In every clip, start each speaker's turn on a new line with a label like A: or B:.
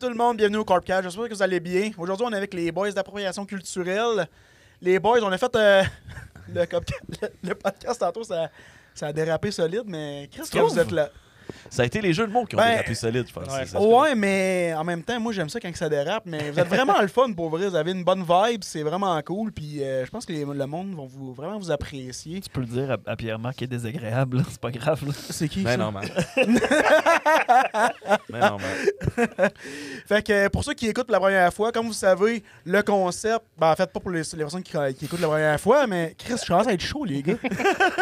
A: tout le monde, bienvenue au Corpcast. J'espère que vous allez bien. Aujourd'hui, on est avec les boys d'appropriation culturelle. Les boys, on a fait euh, le, Corpca- le- le podcast tantôt, ça, ça a dérapé solide, mais qu'est-ce que
B: trouves?
A: vous êtes là?
B: Ça a été les jeux de mots qui ont
A: Ben,
B: dérapé solide, je pense.
C: ouais.
B: C'est ça.
A: Ouais, mais en même temps, moi j'aime ça quand que ça dérape, mais vous êtes vraiment le fun pour vrai, vous avez une bonne vibe, c'est vraiment cool, puis euh, je pense que les- le monde va vous, vraiment vous apprécier.
C: Tu peux le dire à, à Pierre-Marc qui est désagréable, là. c'est pas grave. là.
A: C'est qui
B: Mais
A: ça?
B: Ben non, man. Mais non, man.
A: Fait que euh, pour ceux qui écoutent pour la première fois, comme vous savez, le concept, ben en fait pas pour les, les personnes qui, qui écoutent la première fois, mais Chris, je commence à être chaud les gars.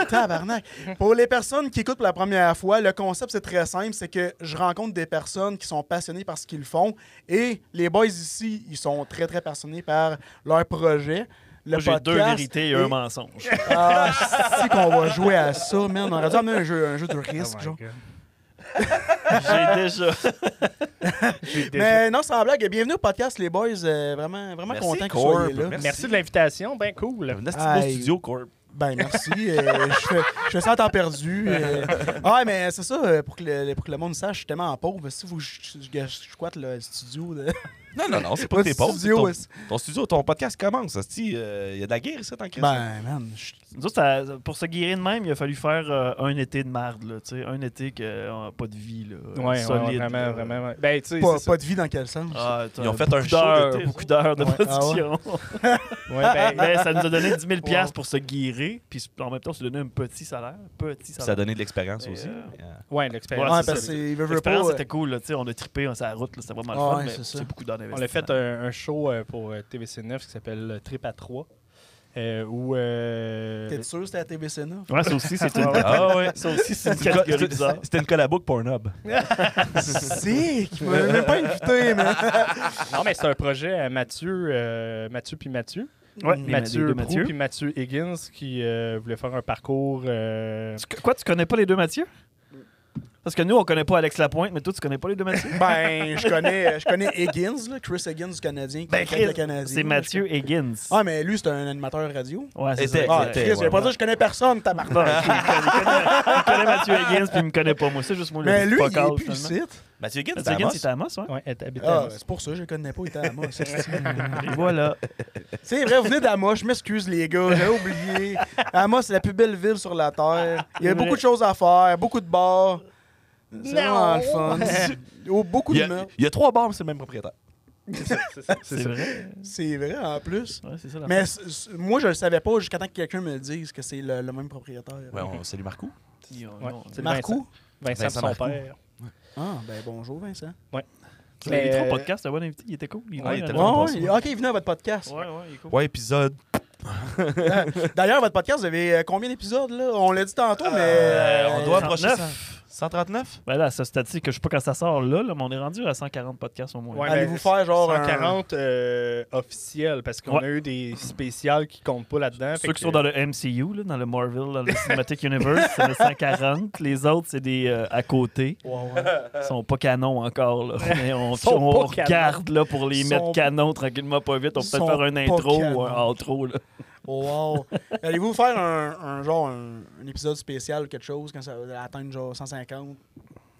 A: Tabarnak. Pour les personnes qui écoutent pour la première fois, le concept c'est très simple, c'est que je rencontre des personnes qui sont passionnées par ce qu'ils font et les boys ici, ils sont très très passionnés par leur projet. Le
C: Moi, J'ai deux
A: podcast
C: vérités et
A: est-
C: un mensonge.
A: Ah, c'est qu'on va jouer à ça, man. On aurait dû amener un jeu, un jeu de
C: Ah,
D: Oh
A: risque, genre.
C: J'ai déjà.
D: J'ai déjà-
A: Mais non, sans blague, bienvenue au podcast, les boys. Euh, vraiment vraiment
B: Merci,
A: content que vous
B: Corp.
A: soyez là.
B: Merci.
D: Merci de l'invitation, ben cool.
B: Un nasty beau
A: Aïe.
B: studio, Corp.
A: Ben merci, euh, je, fais, je fais ça à temps perdu. euh. Ouais, mais c'est ça, euh, pour que, le, pour que le monde sache, je suis tellement pauvre. Si vous je, je, je squatte le studio, de...
B: Non, non, non, c'est
A: Le
B: pas tes pauvres.
A: studio,
B: Ton,
A: c'est-
B: ton studio, ton podcast commence. Il y a de la guerre ici, en Christ.
A: ben man, je-
C: Nous autres, ça- pour se guérir de même, il a fallu faire euh, un été de marde, là, tu sais, un été qu'on n'a pas de vie, là,
D: Ouais, ouais,
C: solide. euh,
D: vraiment,
C: là.
D: vraiment. ouais. Ben, tu sais,
A: pas,
D: c'est ça.
A: pas de vie dans quel sens?
C: Ah, t'as
B: Ils ont fait
C: beaucoup
B: un show
C: d'heures,
B: d'été,
C: beaucoup d'heures de
A: Ouais.
D: ah
C: production.
D: Ouais, ben,
C: Mais ça nous a donné 10 000
A: Wow.
C: pour se guérir, puis en même temps, ça donné un petit salaire. Petit
B: Ça a
C: salaire.
B: donné de l'expérience
C: Et,
B: aussi.
C: euh,
B: Yeah.
D: ouais,
A: ouais,
D: l'expérience.
C: Ouais,
A: parce
C: c'est ça,
A: qu'il veut, veut pas.
C: L'expérience
A: euh,
C: était cool, là, tu sais, on a trippé, on s'est à la route, là, c'était vraiment le
A: Ouais,
C: fun, mais
A: c'est ça.
C: c'est beaucoup d'investissement.
D: On a fait un, un show euh, pour euh, TVC9 qui s'appelle euh, Trip à 3. euh, où. euh,
A: T'es sûr que c'était à TBC9?
C: Ouais, ça aussi, c'est une...
D: Ouais, ouais.
C: Ah ouais, ça aussi, c'est une catégorie bizarre.
B: C'était une collabo avec Pornhub.
A: C'est qui m'avait même pas invité, man.
D: ah, Non, mais c'est un projet à Mathieu, euh, Mathieu puis Mathieu.
C: Ouais,
A: Mm.
C: Les- mais- les
D: Mathieu
C: deux
D: Prou
C: Mathieu.
D: puis Mathieu Higgins qui euh, voulait faire un parcours. euh,
C: Tu- Quoi, tu connais pas les deux Mathieu? Parce que nous, on connaît pas Alex Lapointe, mais toi, tu connais pas les deux Mathieu?
A: Ben, je connais, je connais Higgins, là, Chris Higgins du Canadien. qui
C: Ben,
A: est
C: Chris,
A: le Canadien,
C: C'est
A: là,
C: Mathieu Higgins.
A: je- Ah, mais lui, c'est un animateur radio.
C: ouais, c'est
B: était-
C: ça.
A: Ah,
B: exact.
A: Chris, il a
B: Ouais,
A: pas
B: ouais.
A: dit je connais personne, tabarnak.
C: Bon, ok, il, connaît, il connaît- il connaît Mathieu Higgins, puis il me connaît pas. Moi, c'est juste moi,
A: Mais
C: le
A: lui,
C: fuck
A: il est
C: all,
A: plus
C: finalement.
A: ici.
B: Mathieu Guin,
C: Mathieu Higgins, c'est à Amos, ouais.
D: ouais, elle habitait à
A: Ah,
D: Moscou.
A: c'est pour ça que je le connais pas, il était à moi.
C: Et voilà.
A: C'est vrai, vous venez d'Amos, je m'excuse les gars, j'avais oublié. Amos, c'est la plus belle ville sur la Terre. Il y a
C: C'est vrai.
A: beaucoup de choses à faire, beaucoup de bars. C'est vraiment
D: Non.
A: le fun. Oh, beaucoup
B: Il y,
A: de
B: a,
A: meurtres.
B: il y a trois bars, mais c'est le même propriétaire.
C: C'est vrai.
A: C'est vrai en plus.
C: Ouais, c'est ça. la-
A: Mais c- c- moi, je le savais pas jusqu'à temps que quelqu'un me le dise que c'est le, le même propriétaire.
B: Ouais, on salue Marco.
C: Ils ont-
D: Ouais.
C: non, c'est-
D: c'est
A: Marco?
D: Vincent,
B: Vincent
D: son
B: Marcoux.
D: père.
A: Ah, ben bonjour Vincent.
C: Mais
D: Mais-
C: les trois podcasts, un bon invité, il était cool. Il
B: Ouais, il était
C: était
A: Ouais,
B: là, on
A: ouais, ok, il est venu à votre podcast.
C: Ouais, ouais, il est cool.
B: Ouais, épisode.
A: D'ailleurs, votre podcast, vous avez euh, combien d'épisodes là? On l'a dit tantôt, mais.
B: Euh, on doit approcher
C: 39.
B: 100 139.
C: Ben là, à ce statistique, je sais pas quand ça sort là, là, mais on est rendu à 140 podcasts au moins.
D: Ouais,
A: Allez-vous
D: mais
A: faire genre un-
D: 140 euh, officiels parce qu'on
C: Ouais.
D: a eu des spéciales qui comptent pas là-dedans.
C: Ceux
D: fait
C: qui
D: que-
C: sont dans le MCU, là, dans le Marvel, dans le Cinematic Universe, c'est le 140. Les autres, c'est des euh, à côté.
A: Ouais, ouais.
C: Ils sont pas canons encore. Là. Mais on,
D: Sont
C: on
D: pas
C: regarde là, pour les
A: Sont-
C: mettre canons tranquillement, pas vite. On peut
A: Sont
C: peut-être faire un
A: pas
C: intro
A: canons.
C: ou un outro. Là.
A: Oh, Wow! Allez-vous faire un, un genre un, un épisode spécial ou quelque chose quand ça va atteindre genre 150?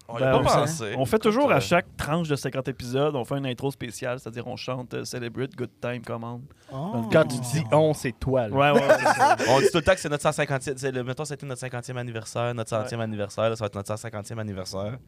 B: On
C: Ben,
B: l'a
C: on
B: pas
A: sait.
B: pensé.
C: On fait
B: Écoute,
C: toujours à
B: euh,
C: chaque tranche de 50 épisodes, on fait une intro spéciale, c'est-à-dire on chante euh, Celebrate, Good Time, Command.
A: Oh.
D: Quand tu dis on, c'est toi. là.
C: Ah. Ouais, ouais, ouais, c'est
A: Ah!
C: ça.
B: On dit tout le temps que c'est notre 150e. c'est le- Mettons, c'était notre 50e anniversaire, notre 100e anniversaire. là, ça va être notre 150e anniversaire.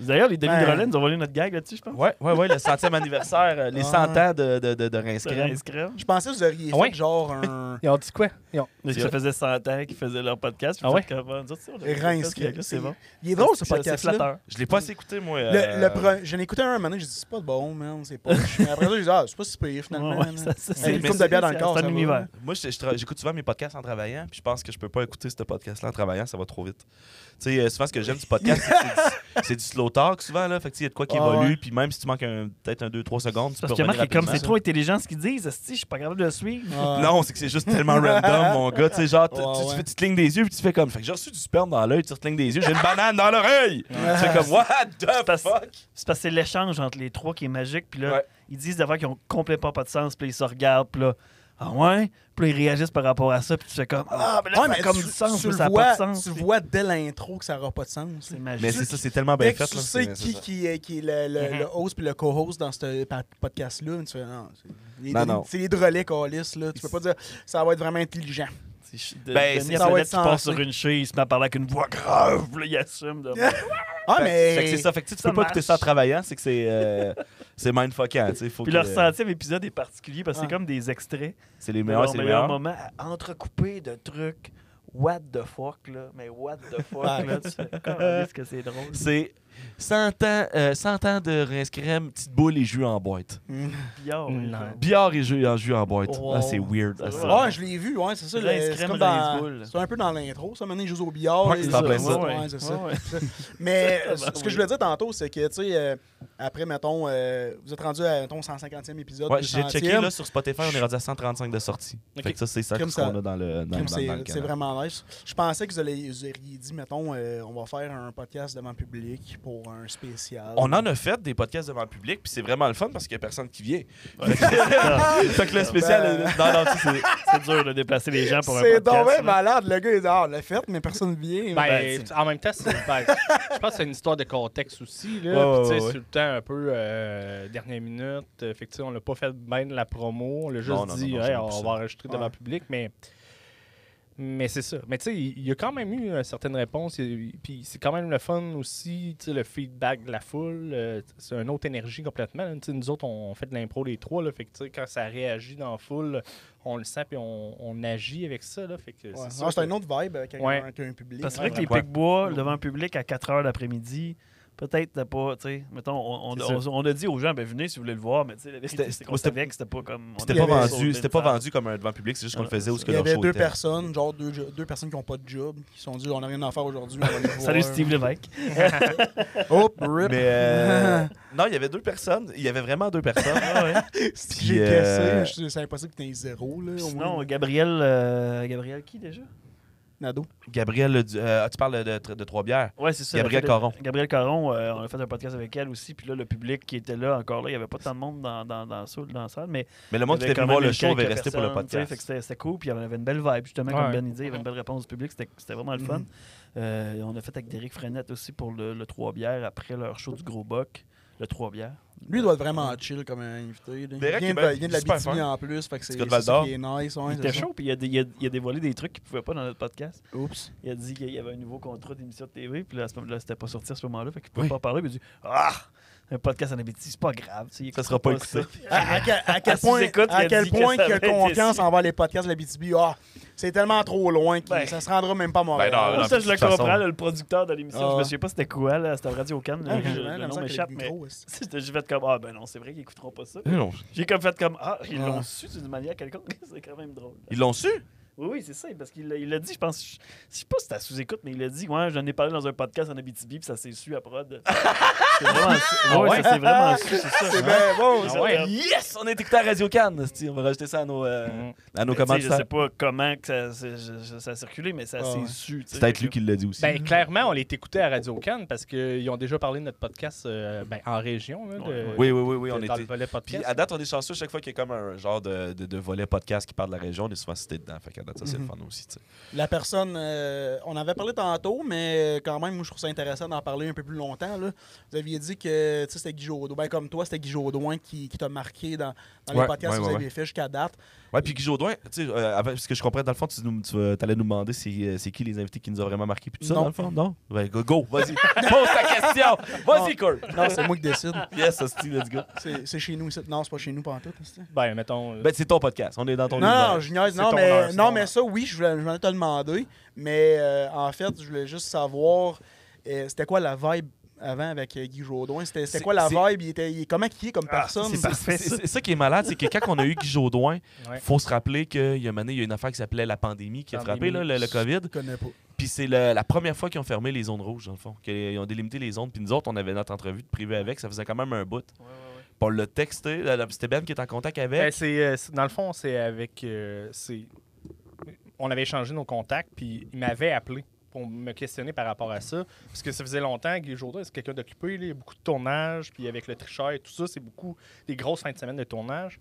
C: D'ailleurs, les Demi
A: Ben.
C: Drolet nous ont volé notre gag là-dessus, je pense.
B: Ouais, ouais, ouais, le 100e anniversaire, euh,
A: Ouais.
B: les 100 ans de, de, de, de
C: Ça
B: Rince-Crème.
C: réinscrire.
A: Je pensais que vous
C: Ah
A: auriez fait
D: Ouais.
A: genre un.
D: Ils ont dit quoi? Ils ont-
C: Mais
B: C'est
C: ça
B: vrai.
C: faisait 100 ans qu'ils faisaient leur podcast. puis
D: Ah ouais?
C: fait que, euh, nous autres, tu sais, on a fait
A: Reinscrire.
C: ce gag-là, C'est bon.
A: Il est drôle ce
C: C'est- C'est
A: podcast-là.
C: flatteur. Euh.
B: Je l'ai pas assez écouté, moi. euh,
A: Le, le pre- J'en ai écouté un, un moment donné, j'ai dit c'est pas bon, man, c'est pas. Mais après ça, j'ai dit ah, c'est pas si pire finalement. Euh,
C: Ouais, ouais,
A: man.
C: ça- ça,
A: Avec une
B: mais
A: coupe de
B: c'est-
A: bière dans le
C: c'est-
A: corps.
C: c'est
A: ça
C: un
A: va.
C: univers.
B: Moi, je- je tra- j'écoute souvent mes podcasts en travaillant, puis je pense que je peux pas écouter ce podcast-là en travaillant, ça va trop vite. Tu sais, euh, souvent, ce que j'aime du podcast, c'est que c'est du, c'est du slow talk, souvent, là. Fait que, tu sais, il y a de quoi qui
A: Ah,
B: évolue,
A: ouais.
B: puis même si tu manques un- peut-être un 2-3 secondes, tu
C: Parce
B: peux
C: que Marc est
B: revenir
C: comme,
B: rapidement.
C: c'est trop intelligent ce qu'ils disent, esti, je suis pas capable de le suivre.
A: Ah.
B: Non, c'est que c'est juste tellement random, mon gars. Tu sais, genre, tu-
A: Ouais,
B: tu, tu
A: ouais.
B: fais- tu te lignes des yeux, puis tu fais comme, fait que j'ai reçu du sperme dans l'œil, tu te lignes des yeux, j'ai une banane dans l'oreille. C'est comme, what
C: C'est
B: the
C: parce-
B: fuck?
C: C'est parce que c'est l'échange entre les trois qui est magique, puis là,
B: Ouais.
C: ils disent des affaires qui ont complètement pas de sens, puis là, ils se regardent, puis là, Ah ouais? Puis là, ils réagissent par rapport à ça, puis tu fais comme Ah, mais là,
A: Ouais,
C: ça a
A: mais
C: comme
A: tu-
C: du sens,
A: tu
C: mais
A: le
C: ça n'a
A: vois-
C: pas de sens.
A: Tu
C: puis
A: vois dès l'intro que ça n'aura pas de sens. là.
C: C'est magique.
B: Mais c'est ça, c'est tellement bien
A: Dès que
B: fait. Ah, ben, là,
A: tu
B: c'est-
A: sais
B: c'est
A: qui,
B: ça.
A: qui, est- qui est le, le-
E: Mhm.
A: le host puis le co-host dans ce pa- podcast-là, tu fais, non, c'est les,
B: Non, non.
A: c'est les drôlés câlisses, là. Tu peux pas dire ça va être vraiment intelligent.
C: C'est chi- de-
B: Ben,
C: Denis
B: c'est-
A: ça va
C: Appelet
A: être
C: qui passe
A: sensé.
C: sur une chaise, il se met à parler avec une voix grave, puis là, il assume. De...
A: Ah,
B: Fait-
A: mais.
B: fait que c'est ça. Fait que tu sais, tu
C: Ça
B: peux pas écouter
C: marche.
B: ça en travaillant, c'est que c'est euh, c'est mindfuckant. tu sais, faut
C: Puis
B: que-
C: leur centième épisode est particulier parce que
A: Ah.
C: c'est comme des extraits.
B: C'est les
C: Mais
B: meilleurs,
C: leur
B: c'est les
C: meilleur
B: meilleurs.
C: moment entrecoupé de trucs. What the fuck, là? Mais what the fuck, là? Tu fais, ah, est-ce que c'est drôle?
B: C'est 100 ans, euh, 100 ans de rince crème, petite boule et jus en boîte.
A: Mm.
C: bizarre.
D: Non.
B: Billard et jus en jus en boîte.
C: Wow.
B: Ah, c'est weird. ah,
C: C'est
B: ça.
C: vrai.
A: Ouais, je l'ai vu, ouais, c'est ça.
C: Là,
A: le-
C: ils se
A: C'est
C: crèment
A: comme
C: dans les
A: dans-
C: boules.
A: c'est un peu dans l'intro, ça. Maintenant, ils jouent au billard.
B: Ouais,
A: ils
B: c'est en plein
A: jouent-
B: ça.
A: Ouais, c'est ça. Mais euh, ce que je voulais dire tantôt, c'est que, tu sais, euh, après, mettons, euh, vous êtes rendu à mettons, 150e épisode.
B: Ouais, j'ai checké
A: 200e.
B: là sur Spotify, on est rendu à 135 de sortie.
D: Ok.
B: Fait que ça, c'est ça
A: Crime,
B: ce
A: ça-
B: qu'on a dans le. Dans,
A: Crime,
B: dans-
A: c'est-
B: dans le
A: C'est
B: canal.
A: vraiment nice. Je pensais que vous, allez- vous auriez dit, mettons, euh, on va faire un podcast devant le public pour un spécial.
B: On en a fait des podcasts devant le public, puis c'est vraiment le fun parce qu'il n'y a personne qui vient. fait que le spécial.
A: Ben-
B: euh, Non, non, tu sais, c'est-
C: C'est dur de déplacer les gens pour un
A: C'est
C: podcast.
A: donc
B: hein.
A: bien
C: là.
A: malade. Le gars, il dit, ah, on l'a fait, mais personne vient.
D: Ben,
C: Ben,
D: en même temps, c'est- ben, je pense que c'est une histoire de contexte aussi. Là.
B: Ouais,
D: Puis, tu
B: ouais,
D: sais,
B: ouais.
D: C'est tout le temps un peu euh, dernière minute. Euh, Fait que, tu sais, on l'a pas fait bien de la promo. On l'a juste
B: Non, non,
D: dit,
B: non, non,
D: Hey,
B: j'aime plus
D: on
B: ça.
D: va enregistrer devant
A: Ouais.
D: le public. Mais, mais c'est ça. Mais tu sais, il il y a quand même eu euh, certaines réponses. Il- Puis c'est quand même le fun aussi, tu sais, le feedback de la foule. euh, c'est une autre énergie complètement. là. Tu sais, Nous autres, on fait de l'impro les trois. Là, fait que, tu sais, quand ça réagit dans la foule, on le sent puis on, on agit avec ça. Là, fait que
A: Ouais.
D: sûr
A: Ah, C'est
D: que-
A: un autre vibe euh, qu'un
D: Ouais.
A: qu'un public.
C: Parce que là, que les
B: Ouais.
C: Picbois, devant un public à 4 h l'après-midi, peut-être t'as pas, tu sais, mettons, on, on,
D: C'est
C: on- on a dit aux gens, ben venez si vous voulez le voir, mais tu sais, la vérité,
B: C'était-
C: c'est qu'on
B: c'était-
C: savait que c'était pas comme. on
B: C'était
A: Il y
B: pas
C: avait
A: avait-
B: vendu, c'était pas
C: sauté une
B: vendu comme un devant le public, c'est juste qu'on le
C: Ah,
B: faisait où ce que
A: Il y
B: leur
A: avait
B: show
A: deux
B: était.
A: personnes, genre deux, jo- deux personnes qui n'ont pas de job, qui sont dit on n'a rien à faire aujourd'hui. on va aller
C: salle. Salut
A: voir.
C: Steve Lévesque.
A: Hop, rip.
B: Mais euh, non, il y avait deux personnes. Il y avait vraiment deux personnes.
A: Si J'ai
B: Puis, euh,
A: cassé, je- c'est impossible que tu aies zéro. Là, au
C: Sinon,
A: moins.
C: Gabriel, euh, Gabriel qui déjà
A: Nado.
B: Gabrielle, du- euh, ah, tu parles de, de, de Trois-Bières.
C: Ouais, c'est ça.
B: Gabrielle
C: la fille de-
B: Caron.
C: Gabrielle Caron, euh, on a fait un podcast avec elle aussi, puis là, le public qui était là encore là, il n'y avait pas tant de monde dans, dans, dans, la salle- dans la salle, mais.
B: Mais le monde
C: Il
B: qui
C: y avait
B: était venu
C: quand
B: voir
C: même
B: le show avait
C: quelques
B: resté pour le
C: personnes, tu sais, fait que
B: podcast.
C: c'était- C'était cool, puis il y avait une belle vibe, justement, comme
D: Ouais.
C: Ben il dit, il y avait une belle réponse du public, c'était c'était vraiment le fun. Euh, on a fait avec Derek Frenette aussi pour le, le 3 bières après leur show du Gros Boc, le 3 bières.
A: Lui, il doit être vraiment chill comme un invité. là.
B: Derek,
A: il, vient
B: il est
A: de,
B: bien-
A: il vient de la
B: super
A: Bitibi
B: fin.
A: en plus, fait que c'est
B: Scott
A: c'est ça
B: Valdor.
A: qui est nice. ouais,
C: il était
A: c'est ça.
C: chaud, puis il a, dé- il a- il a dévoilé des trucs qu'il ne pouvait pas dans notre podcast.
A: Oups.
C: Il a dit qu'il y avait un nouveau contrat d'émission de TV, puis là, à ce moment-là, c'était pas sorti à ce moment-là, fait qu'il ne
B: Oui.
C: pouvait pas en parler, puis il a dit Ah Un podcast en Abitibi, c'est pas grave. tu sais, il
B: Ça
C: écoute
B: sera pas écouté.
C: ça.
A: À, à quel- à quel
C: À
A: point,
C: sous-écoute, il
A: à
C: a
A: quel
C: dit que
A: point
C: ça
A: qu'il a
C: avait été
A: confiance
C: si.
A: envers les podcasts de la BTB. Ah, c'est tellement trop loin que
C: Ben.
A: ça se rendra même pas à Montréal.
B: Ben non,
C: Moi,
B: non,
C: ça,
B: puis
C: je
B: de
C: le
B: toute façon-
C: comprends, là, le producteur de l'émission,
A: Ah.
C: je me souviens pas c'était quoi, là, c'était au Radio Cannes,
A: Ah, j'ai
C: le
A: la
C: nom
A: misère avec
C: m'échappe,
A: le
C: mais
A: micro, est-ce que-
C: C'était- J'ai fait comme Ah, ben non, c'est vrai qu'ils écouteront pas ça.
B: Ils l'ont-
C: J'ai comme fait comme Ah, ils
A: Ah.
C: l'ont su d'une manière quelconque. c'est quand même drôle.
B: Ils l'ont su?
C: Oui, oui, c'est ça, parce qu'il l'a- il l'a dit, je pense. Je je sais pas si c'était à sous-écoute, mais il l'a dit Ouais, j'en ai parlé dans un podcast en Abitibi, puis ça s'est su à prod. c'est vraiment su. Ouais,
B: Ah, ouais?
C: ça s'est vraiment su, c'est ça.
A: C'est bien bon.
C: Ah
A: ça.
B: hein?
C: ouais.
B: Ben, Yes! On est écouté à Radio Cannes. esti. On va rajouter ça à nos, euh,
D: Mhm.
B: à nos
C: Mais tu sais, Je sais
B: commentaires.
C: pas comment que ça, c'est- je- je- ça a circulé, mais ça
A: Ah ouais.
C: s'est su. tu sais.
B: C'est peut-être lui qui l'a dit aussi.
D: Ben, clairement, on l'est écouté à Radio Cannes parce qu'ils ont déjà parlé de notre podcast euh, ben, en région. Là, de-
C: Ouais.
B: oui, oui, oui, oui,
D: de-
B: on
D: dans le
B: était.
D: volet
B: Puis
D: podcast. hein?
B: à date, on est chanceux chaque fois qu'il y a comme un genre de, de, de volet podcast qui parle de la région, on est souvent cité dedans. Fait qu'à date, ça c'est
A: Mhm.
B: le fun aussi. tu sais.
A: La personne, euh, on avait parlé tantôt, mais euh, quand même, moi, je trouve ça intéressant d'en parler un peu plus longtemps. là. Vous aviez dit que tu sais, c'était Guy Jodoin. Ben, comme toi, c'était Guy Jodoin qui, qui t'a marqué dans, dans les
B: Ouais,
A: podcasts
B: ouais,
A: que vous
B: ouais,
A: avez fait jusqu'à date.
B: Ouais, puis Guy Jodoin, tu sais, euh, avant- parce que je comprends, dans le fond, tu, nous- tu allais nous demander si, euh, c'est qui les invités qui nous ont vraiment marqué, puis tout ça,
A: Non.
B: dans le fond, non? Ben, go, go, vas-y, pose ta question! Vas-y, Kurt!
A: Non, c'est moi qui décide.
B: Yes, hostie, let's go.
A: C'est c'est chez nous ici. Non, c'est pas chez nous, pas en tout.
D: Ben, mettons. euh,
B: Ben, c'est ton podcast, on est dans ton
A: Non,
B: univers.
A: non, je niaise.
D: C'est
A: Non,
D: ton
A: mais,
D: heure, c'est
A: non
D: ton
A: mais
D: heure.
A: ça, oui, je voulais, je voulais te le demander. Mais euh, en fait, je voulais juste savoir, euh, c'était quoi la vibe avant avec euh, Guy Jodoin? C'était c'était
B: C'est-
A: quoi la
B: c'est- Ah,
A: vibe? Il était, il- comment il est comme personne?
B: C'est parfait, ça. C'est ça qui est malade, c'est que quand on a eu Guy Jodoin,
D: Ouais.
B: faut se rappeler qu'il y a une année, il y a une affaire qui s'appelait la pandémie qui a frappé
D: Pandémie.
B: là, le, le COVID.
A: Je connais pas.
B: Puis c'est le- la première fois qu'ils ont fermé les zones rouges, dans le fond. Qu'ils ont délimité les zones. Puis nous autres, on avait notre entrevue de privé avec. Ça faisait quand même un bout.
C: Ouais, ouais, ouais.
B: Puis on l'a texté. là, là, C'était Ben qui est en contact avec.
D: ben, c'est, euh, c'est- dans le fond, c'est avec. euh, c'est- on avait échangé nos contacts, puis il m'avait appelé pour me questionner par rapport à ça. Parce que ça faisait longtemps que les jours c'est quelqu'un d'occupé. là, Il y a beaucoup de tournage, puis avec le tricheur et tout ça, c'est beaucoup des grosses fins de semaine de tournage.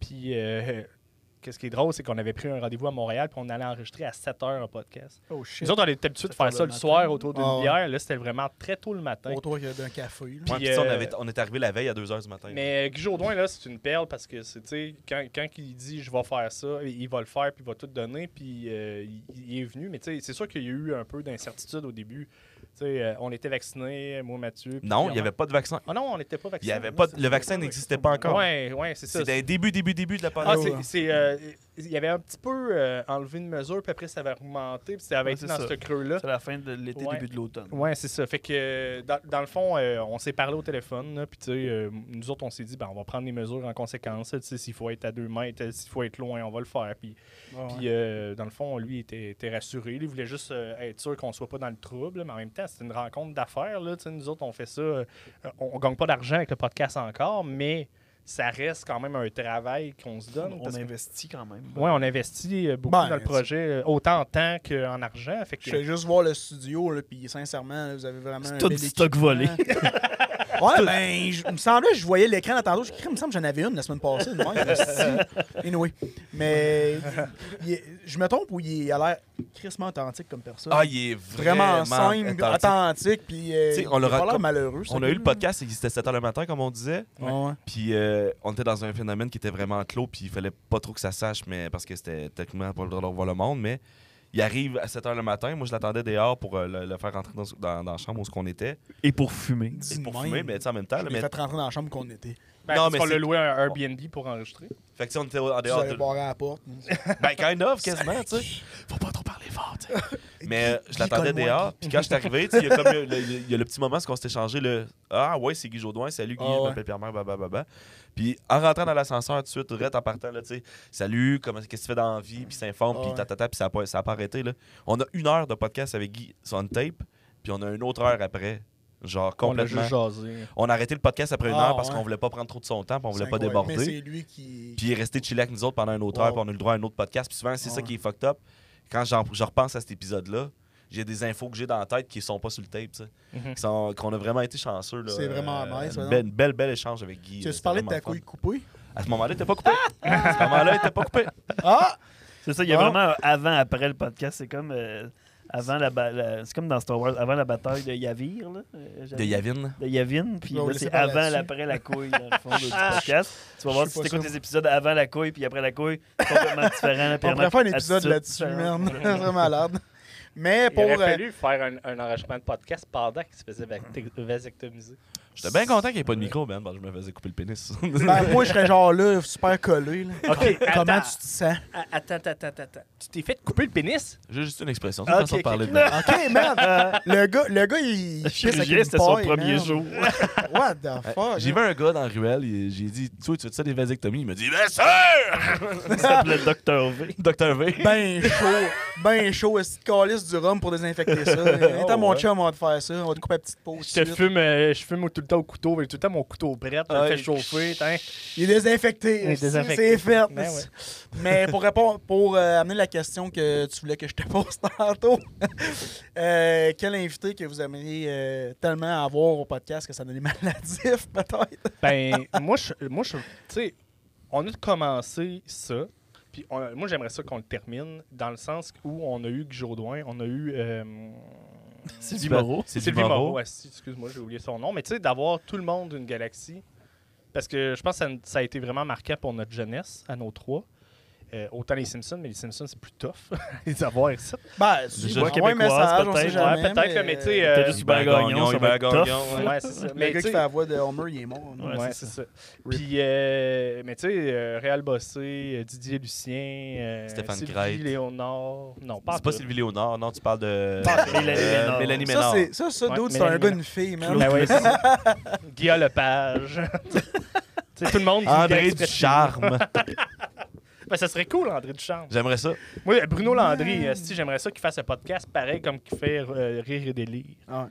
D: Puis euh, que ce qui est drôle, c'est qu'on avait pris un rendez-vous à Montréal, puis on allait enregistrer à 7 h un podcast.
A: Oh shit.
D: Nous autres, on était habitués
C: Sept
D: de
C: heures
D: faire ça
C: le
D: le
C: matin.
D: soir autour d'une
A: Ah ouais.
D: bière. Là, c'était vraiment très tôt le matin.
A: Pour toi, il y a d'un café. là.
B: Ouais,
D: Puis,
B: puis ça, on,
D: euh,
B: avait- on est arrivé la veille à 2h du matin.
D: Mais euh, Guy Jourdouin, là, c'est une perle parce que, c'est, tu sais, quand, quand il dit je vais faire ça, il il va le faire, puis il va tout donner, puis euh, il, il est venu. Mais, tu sais, c'est sûr qu'il y a eu un peu d'incertitude au début. Tu sais, euh, on était vaccinés, moi, Mathieu. puis
B: Non, il
D: Pierre-Marc.
B: n'y avait pas de vaccin.
D: Ah non, on n'était pas
B: Il
D: vaccinés.
B: y avait pas de- le vaccin n'existait pas encore.
D: Ouais, ouais, c'est ça.
B: C'est des début, début, début de la
D: Ah,
B: pandémie.
D: c'est- c'est, euh, il y avait un petit peu euh, enlevé une mesure, puis après, ça avait remonté, puis ça avait
C: Ouais,
D: été
C: c'est
D: dans
C: ça.
D: ce creux-là.
C: C'est la fin de l'été,
D: Ouais.
C: début de l'automne.
D: Ouais, c'est ça. Fait que euh, dans, dans le fond, euh, on s'est parlé au téléphone, là, puis tu sais, euh, nous autres, on s'est dit, ben, on va prendre les mesures en conséquence. là, Tu sais, s'il faut être à deux mètres, euh, s'il faut être loin, on va le faire. Puis,
A: Ah, ouais.
D: puis, euh, dans le fond, lui était, était rassuré. Il voulait juste euh, être sûr qu'on soit pas dans le trouble. Mais en même temps, c'est une rencontre d'affaires. Là, tu sais, nous autres, on fait ça. euh, on, on gagne pas d'argent avec le podcast encore, mais ça reste quand même un travail qu'on se donne.
C: On
D: parce que-
C: investit quand même.
D: Ouais, on investit euh, beaucoup
A: Ben,
D: dans le
A: tu-
D: projet, euh, autant en temps qu'en argent. Fait que,
A: Je vais juste voir le studio, là, puis sincèrement, là, vous avez vraiment. un
C: C'est tout
A: bel
C: du stock
A: équipement.
C: volé.
A: ouais, ben, je- il me semblait, je voyais l'écran là, tantôt. Je crée, il me semble que j'en avais une la semaine passée. Une manque, si. anyway. Mais il est- je me trompe ou il a l'air crissement authentique comme personne.
B: Ah, il est
A: vraiment
B: vraiment,
A: simple,
B: authentique.
A: authentique, puis euh,
B: Tu sais,
A: il
B: on le
A: a pas
B: raconte-
A: l'air malheureux. ce
B: On a
A: gars-là.
B: eu le podcast, c'était 7h le matin, comme on disait.
A: Ouais, ouais.
B: Puis euh, on était dans un phénomène qui était vraiment clos, puis il fallait pas trop que ça sache, mais parce que c'était techniquement pas le droit de revoir le monde, mais il arrive à 7h le matin. Moi, je l'attendais dehors pour euh, le, le faire rentrer dans, dans- dans la chambre où ce qu'on était.
C: Et pour fumer.
A: Dis
B: Et pour
A: de
B: fumer,
A: même.
B: mais tu sais, en même temps.
A: Je
B: là,
A: l'ai
B: mais...
A: fait rentrer dans la chambre qu'on était.
D: Ben,
B: Non,
D: parce
B: mais
D: qu'on
B: c'est-
D: l'a loué à un Airbnb pour enregistrer.
B: Fait que tu sais, on était au- en
A: Vous
B: dehors
A: avez
B: de...
A: barré à la porte. hein,
B: Ben, kind of, quasiment, tu sais. Faut pas trop parler fort, tu sais. Mais euh, je l'attendais
A: colle-moi,
B: dehors, puis quand je suis arrivé, tu sais, il y a comme le, le- le- il y a le petit moment, ce qu'on s'est échangé, le Ah ouais, c'est Guy Jodoin, salut Guy,
A: Ah
B: je
A: ouais.
B: m'appelle Pierre-Marc, babababa. Puis en rentrant dans l'ascenseur, tout de suite, direct en partant, là, tu sais, salut, comment- qu'est-ce que tu fais dans la vie, puis s'informe,
A: Ah
B: puis
A: ouais.
B: tatata, puis ça n'a pas, ça a pas arrêté, là. On a une heure de podcast avec Guy sur on tape, puis on a une autre heure après, genre
D: On l'a
B: complètement.
D: juste jasé.
B: On a arrêté le podcast après une
A: Ah
B: heure parce
A: ouais.
B: qu'on voulait pas prendre trop de son temps, puis on voulait pas
A: C'est incroyable. Mais
B: déborder.
A: c'est lui qui.
B: Puis il est resté chiller avec nous autres pendant une autre
A: Wow.
B: heure, puis on a eu le droit à un autre podcast. Puis souvent, c'est ça
A: Ouais.
B: qui est fucked up. Quand j'en- je repense à cet épisode-là, j'ai des infos que j'ai dans la tête qui sont pas sur le tape, tu sais.
D: Mhm.
B: Qui sont- Qu'on a vraiment été chanceux. là. Euh,
A: C'est vraiment nice,
B: Une
A: ouais,
B: belle, belle, belle échange avec Guy.
A: Tu
B: là,
A: as
B: c'était
A: parlé de ta
B: euh, vraiment fun.
A: couille Ah! coupée?
B: À ce moment-là, il était pas coupé. à ce moment-là, il était pas coupé.
A: Ah!
C: C'est ça, il y a
A: Bon.
C: vraiment un avant-après le podcast. C'est comme euh, avant la, ba- la- c'est comme dans Star Wars, avant la bataille de Yavir. Là, euh,
B: De
C: Javir.
B: Yavin.
C: De Yavin, puis
A: Bon,
C: là,
A: laissez
C: c'est
A: pas
C: avant
A: là-dessus.
C: l'après la couille dans le fond du podcast. Tu vas voir
A: Je suis
C: si
A: pas
C: t'écoutes
A: sûr.
C: les épisodes avant la couille puis après la couille, c'est complètement différent. là, puis
A: On pourrait
C: vraiment
A: faire un épisode
C: attitude
A: là-dessus,
C: différente.
A: man. C'est vraiment malade. Mais
D: Il
A: pour.
D: aurait
A: euh,
D: fallu faire un, un enregistrement de podcast pendant qu'il se faisait vac- vasectomiser.
B: J'étais bien content qu'il n'y ait pas de micro, Ben. parce que je me faisais couper le pénis.
A: ben, moi, je serais genre là, super collé. Là.
D: OK,
A: Comment tu te sens?
D: Attends, attends, attends, attends. Tu t'es fait couper le pénis?
B: J'ai juste une expression. C'est
D: Ok,
B: une façon de parler de
A: Ah, OK, man! le, gars, le gars, il.
C: Le
A: pisse avec
C: chirurgien,
A: une
C: c'était son
A: paille,
C: premier
A: man.
C: jour.
A: What the
B: Ouais.
A: fuck?
B: Euh, J'ai vu un gars dans la ruelle, il- j'ai dit Toi, tu veux ça des vasectomies Il m'a dit Bien sûr
C: Il s'appelait Dr V.
B: Docteur V.
A: Ben chaud, ben chaud, est-ce que tu calisses du rhum pour désinfecter ça? Attends,
B: Oh,
A: mon
B: ouais.
A: chum, on va te faire ça. On va te couper la petite peau.
D: Je te
A: suite.
D: fume, euh, je fume tout le temps au couteau, mais tout le temps mon couteau brette, je le
B: Ah,
D: fais
B: il-
D: chauffer. t'in.
A: Il est désinfecté.
D: Il est
A: C'est-
D: désinfecté.
A: C'est fait.
D: Ben ouais.
A: Mais pour répondre, pour euh, amener la question que tu voulais que je te pose tantôt, euh, quel invité que vous aimeriez euh, tellement avoir au podcast que ça donne maladif, peut-être?
D: Ben, moi, je, moi, je, tu sais, on a commencé ça, puis on- moi, j'aimerais ça qu'on le termine dans le sens où on a eu Guy Jourdouin, on a eu. euh,
C: Sylvie Moreau.
B: C'est
D: Sylvie Moreau, ouais, si, excuse-moi, j'ai oublié son nom. Mais tu sais, d'avoir tout le monde d'une galaxie, parce que je pense que ça, ça a été vraiment marquant pour notre jeunesse, à nos trois. Euh, autant les Simpsons, mais les Simpsons, c'est plus tough les avoir ici.
A: Ben,
B: si, Déjà
A: on
B: ouais,
A: un
C: québécoise,
A: message, on sait
C: peut-être.
A: jamais.
D: Ouais, peut-être, mais tu sais, euh,
C: T'as juste Hubert
B: Hubert
C: Gagnon,
B: Gagnon,
C: ça va être
B: Hubert
C: tough.
B: Gagnon,
D: Ouais, c'est ça.
A: le
D: Mais
A: gars
D: tu
A: qui
D: sais-
A: fait la voix de Homer, il est mort. non?
C: Ouais,
D: Ouais,
C: c'est
D: c'est ça. Puis, euh, mais tu sais, euh, Réal Bossé, euh, Didier Lucien, euh,
B: Stéphane
D: Sylvie
B: Crête.
D: Léonard. Non, pas
B: C'est pas
D: tout.
B: Sylvie Léonard, non, tu parles de.
A: Ah,
C: Pas
B: de-
C: Mélanie
B: euh,
C: Ménard.
B: Mélanie
A: Ça,
B: Ménard.
A: c'est, ça, ça,
D: Ouais,
A: dude, c'est
D: Mélanie
A: un gars,
D: Ménard.
A: une fille, man.
D: Ben ouais, c'est ça. Guillaume Lepage. Tu sais, tout le monde. d'une
B: André
D: galaxie
B: du
D: près de-
B: Charme.
D: Ben, ça serait cool, André Ducharme.
B: J'aimerais ça.
D: Moi, Bruno Landry, euh, si j'aimerais ça qu'il fasse un podcast pareil comme qu'il fait euh, Rire et délire.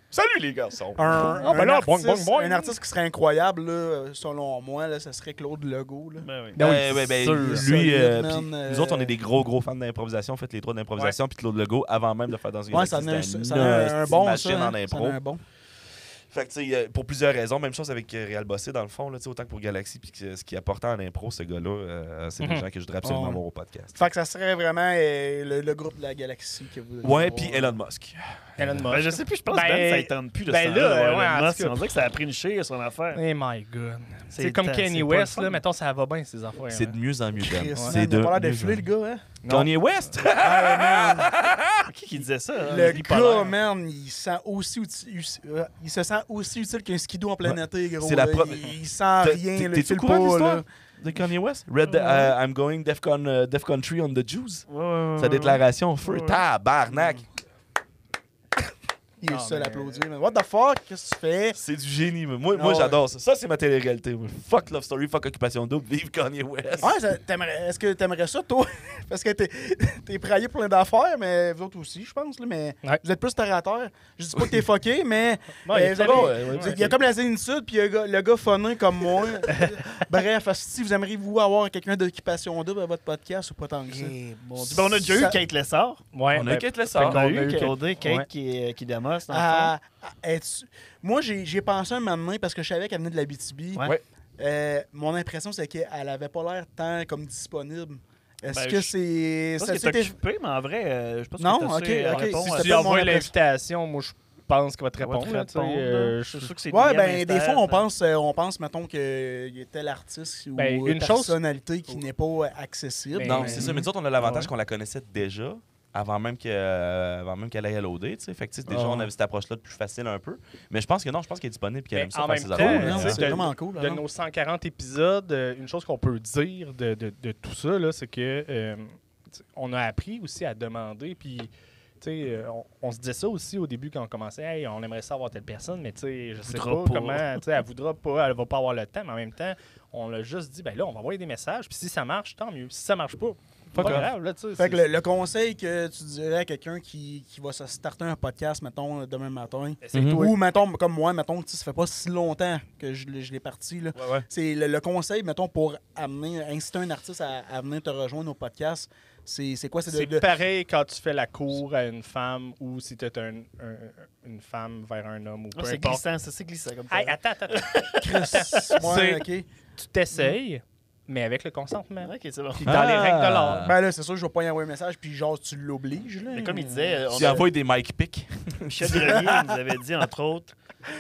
B: Salut les garçons.
A: Un,
D: Ah, ben
A: un
D: là, boing,
A: artiste,
D: boing, boing.
A: un artiste qui serait incroyable, là, selon moi, là, ça serait Claude Legault. Là.
C: Ben oui.
D: Ben oui,
B: Ouais, ouais, ben,
D: sûr.
B: lui, euh,
A: Solid,
B: puis
A: man,
B: nous autres, on
A: euh,
B: est des gros, gros fans d'improvisation. Faites les trois
D: Ben,
B: d'improvisation, puis Claude Legault, avant même de faire dans une
A: Ouais, ça en
B: galaxie,
A: a un, ça
B: c'était
A: en a un
B: hostie de
A: bon, ça.
B: machine
A: hein.
B: en
A: Ça en
B: impro.
A: a un bon.
B: Fait que, tu sais, euh, pour plusieurs raisons, même chose avec euh, Réal Bossé, dans le fond, là, tu sais, autant que pour Galaxy, puis que ce qui apportait en impro, ce gars-là, euh, c'est des
D: Mhm.
B: gens que je voudrais absolument
A: Ouais.
B: voir au podcast.
A: Fait que ça serait vraiment euh, le, le groupe de la galaxie que vous
B: Ouais,
A: voir.
B: puis Elon Musk.
D: Elon Musk.
C: Ben, je sais plus, je pense
D: Ben,
C: que Ben, ça y tente plus de
D: ben
C: ben,
D: là,
C: là,
D: ouais, en
C: Elon Musk.
D: tout cas.
C: On dirait que ça a pris une chire sur l'affaire.
D: Oh my god. C'est
C: C'est
D: comme
C: ta-
D: Kanye
C: c'est pas
D: West,
C: le fun.
D: là. Mettons, ça va bien, ces affaires. hein.
B: C'est de mieux en mieux, Ben.
A: Chris,
B: C'est
A: il a pas l'air de
B: mieux
A: filer,
B: en
A: le gars, hein?
B: mieux. Kanye West!
C: Qui qui disait ça? hein?
A: Le
C: Il est pas l'air.
A: gars, man, il, sent aussi uti- euh, il se sent aussi utile qu'un skido en plein
B: Ouais.
A: été, gros.
B: C'est la
A: là.
B: pro-
A: Il, il sent
B: T'es-
A: rien,
B: t'es-
A: là, il
B: t'es-tu
A: file
B: au courant de
A: pas,
B: l'histoire?
A: là.
B: De Kanye West? Red, euh, I'm going Defcon, euh, Defcon 3 on the Jews.
C: Ouais, ouais, ouais,
B: Sa
C: ouais.
B: déclaration, feu,
C: Ouais.
B: tabarnak!
A: Il est
D: Non,
A: le seul à
D: Ah, mais- euh,
A: applaudir, man. What the fuck? Qu'est-ce que tu fais?
B: C'est du génie. mais Moi, moi
A: ouais.
B: j'adore ça. Ça, c'est ma télé-réalité. moi. Fuck Love Story, fuck Occupation Double, vive Kanye West!
A: Ouais, ça- t'aimerais- est-ce que t'aimerais ça, toi? Parce que t'es, t'es praillé pour plein d'affaires, mais vous autres aussi, je pense. Là, mais
D: Ouais.
A: Vous êtes plus terre à terre. Je dis pas que t'es fucké, mais
D: Non, il est
A: euh,
D: très
A: vous
D: bon,
A: avez-
D: ouais, ouais,
A: vous-
D: ouais.
A: il y a comme la zénitude, puis il y a le gars- le gars phoné comme moi. Bref, si vous aimeriez vous avoir quelqu'un d'occupation double à votre podcast ou pas tant que ça?
C: Mon Dieu. Ben, on a déjà
A: Ça-
C: eu Kate Lessard.
D: Ouais,
B: On a
D: ben,
B: Kate
C: On
B: Lessard.
D: on
C: a
D: a
C: eu
D: eu
C: Kate,
D: Kate-
C: Kate
D: ouais.
C: qui, est- qui démosse, dans le fond.
A: Ah, ah, es-tu- Moi, j'ai, j'ai pensé un moment donné, parce que je savais qu'elle venait de la BTB.
C: Ouais.
B: Ouais.
A: Euh, mon impression, c'est qu'elle avait pas l'air tant comme disponible. Est-ce
C: Ben,
A: que
C: je-
A: c'est.
C: Je pense
A: ça
C: qu'elle
A: s'était-
C: est occupée, mais en vrai, euh, je pense
A: Non,
C: que
A: ok, ok, si
D: Si
A: c'est
D: tu
A: pas mon
D: envoies
A: impression.
D: l'invitation, moi, je pense qu'il va te
C: Elle va te
D: répondre. là, tu sais,
C: répondre, là.
D: euh, je-
C: Je suis sûr que c'est
A: Ouais,
C: bien
A: ben, des
C: mystère,
A: fois, on
C: ça.
A: pense, euh, on pense mettons, qu'il y a tel artiste ou
D: Ben,
A: une
D: une chose-
A: personnalité qui
C: Oh.
A: n'est pas euh, accessible.
D: Ben,
B: Non,
D: mais-
B: c'est ça. Mais nous autres, on a l'avantage
C: Ouais.
B: qu'on la connaissait déjà avant même que euh, avant même qu'elle aille à l'OD. tu sais. Fait que tu sais, déjà,
D: Ah.
B: on avait cette approche-là de plus facile un peu. Mais je pense que non, je pense qu'elle est disponible et qu'elle
D: Mais
B: aime ça
D: en
B: faire
D: même
B: ses
D: temps,
A: Cool,
B: affaires.
A: hein,
D: Ouais,
A: c'est
D: de-
A: vraiment cool.
D: de
A: hein.
D: nos 140 épisodes, euh, une chose qu'on peut dire de, de- de tout ça, là, c'est que euh, t'sais, on a appris aussi à demander. Puis, tu sais, euh, on, on se disait ça aussi au début quand on commençait. Hey, on aimerait ça avoir telle personne, mais tu sais, je sais pas,
C: Voudra pas.
D: comment. tu sais, Elle voudra pas, elle va pas avoir le temps. Mais en même temps, on l'a juste dit, ben là, on va envoyer des messages. Puis si ça marche, tant mieux. Si ça marche pas, pas
B: off.
D: grave. Là, tu sais,
A: Fait que
D: c'est-
A: le, le conseil que tu dirais à quelqu'un qui, qui va se starter un podcast, mettons, euh, demain matin,
D: c'est
B: Mhm.
D: toi.
A: ou, mettons, comme moi, mettons, tu sais, ça fait pas si longtemps que je, l'ai- je l'ai parti, là.
B: Ouais, ouais.
A: C'est le, le conseil, mettons, pour amener, inciter un artiste à, à venir te rejoindre au podcast, c'est c'est quoi? C'est de-
D: C'est
A: de-
D: pareil quand tu fais la cour à une femme ou si tu es une femme vers un homme ou
C: Ah,
D: peu
C: c'est
D: importe.
C: glissant, ça, c'est glissant comme
D: Hey,
C: ça.
D: attends, attends, attends.
A: Chris, ouais,
D: C'est-
A: ok.
D: tu t'essayes, mais avec le consentement.
C: Ok, c'est bon.
D: Puis dans les
B: Ah.
D: règles de l'art.
A: Ben là, c'est sûr, je vais pas y envoyer un message, puis genre, tu l'obliges, là.
C: Mais comme il disait, euh, on
B: Tu
C: a-
B: envoies des mic pics.
C: Michel Grenier nous avait dit, entre autres,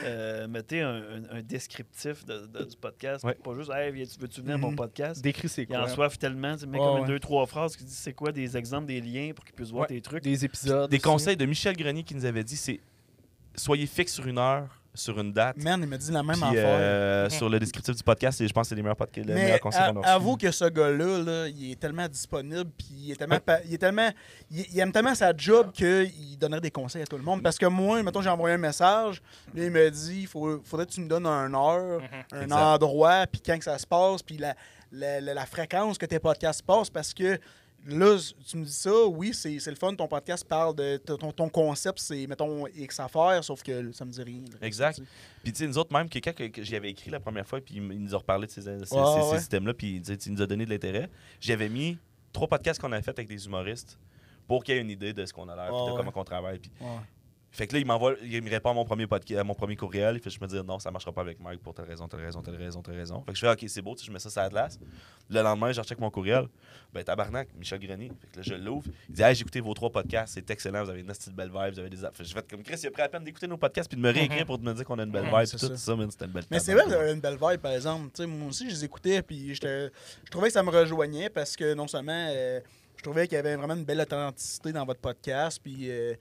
C: euh, mettez un, un- un descriptif de- de- du podcast.
B: Ouais. Mm.
C: Pas juste, hey, viens-tu- veux-tu venir à mon
A: Mhm.
C: podcast?
D: Décris c'est
C: Il
D: quoi?
C: en soif tellement, tu mets
A: Ouais,
C: comme une,
A: ouais.
C: deux, trois phrases qui disent c'est quoi des exemples, des liens pour qu'ils puissent voir
D: Ouais.
C: tes trucs.
D: Des épisodes.
B: Des
D: aussi.
B: conseils de Michel Grenier qui nous avait dit c'est soyez fixe sur une heure, sur une date.
A: Man, il me dit la même
B: Puis,
A: affaire.
B: euh, sur le descriptif du podcast, et je pense que c'est les meilleurs, podcasts, les
A: Mais
B: meilleurs conseils
A: à-
B: qu'on a reçus.
A: avoue que ce gars-là, là, il est tellement disponible, puis il est tellement, pa- il est tellement, il, il aime tellement sa job qu'il donnerait des conseils à tout le monde. Parce que moi, mettons, j'ai envoyé un message, là, il me dit, faut, faudrait que tu me donnes un heure, un
B: Exact.
A: endroit, puis quand que ça se passe, puis la, la, la- la fréquence que tes podcasts passent, parce que là, s- tu me dis ça, oui, c'est c'est le fun, ton podcast parle de ton, ton- ton concept, c'est, mettons, X affaires, sauf que ça me dit rien. là.
B: Exact. Puis, tu sais, nous autres, même, que quand que- que j'y avais écrit la première fois, puis il m- il nous a reparlé de ces, ces, ces-
A: Ouais,
B: ces
A: ouais.
B: systèmes-là, puis il disait, tu nous as donné de l'intérêt. J'avais mis trois podcasts qu'on a fait avec des humoristes pour qu'il y ait une idée de ce qu'on a l'air, puis
A: Ouais,
B: de
A: ouais.
B: comment on travaille. puis-
A: Ouais.
B: Fait que là, il m'envoie, il me répond à mon premier, podcast, à mon premier courriel, il fait je me dis non, ça marchera pas avec Mike pour telle raison, telle raison, telle raison, telle raison. Fait que je fais, ok, c'est beau, tu sais, je mets ça sur Atlas. Le lendemain, je recheck mon courriel. Ben, tabarnak, Michel Grenier. Fait que là, je l'ouvre. Il dit, hey, j'ai écouté vos trois podcasts, c'est excellent, vous avez une petite belle vibe, vous avez des. app- Fait que je fais comme Chris, il a pris la peine d'écouter nos podcasts puis de me réécrire pour me dire qu'on a une belle
A: Mhm,
B: vibe,
A: c'est
B: puis tout
A: ça.
B: Mhm. ça, man, c'était une belle
A: Mais c'est vrai,
B: tabarnak.
A: vous avez une belle vibe, par exemple. Tu sais, moi aussi, je les écoutais, puis j'étais- je trouvais que ça me rejoignait parce que non seulement euh, je trouvais qu'il y avait vraiment une belle authenticité dans votre podcast, puis euh,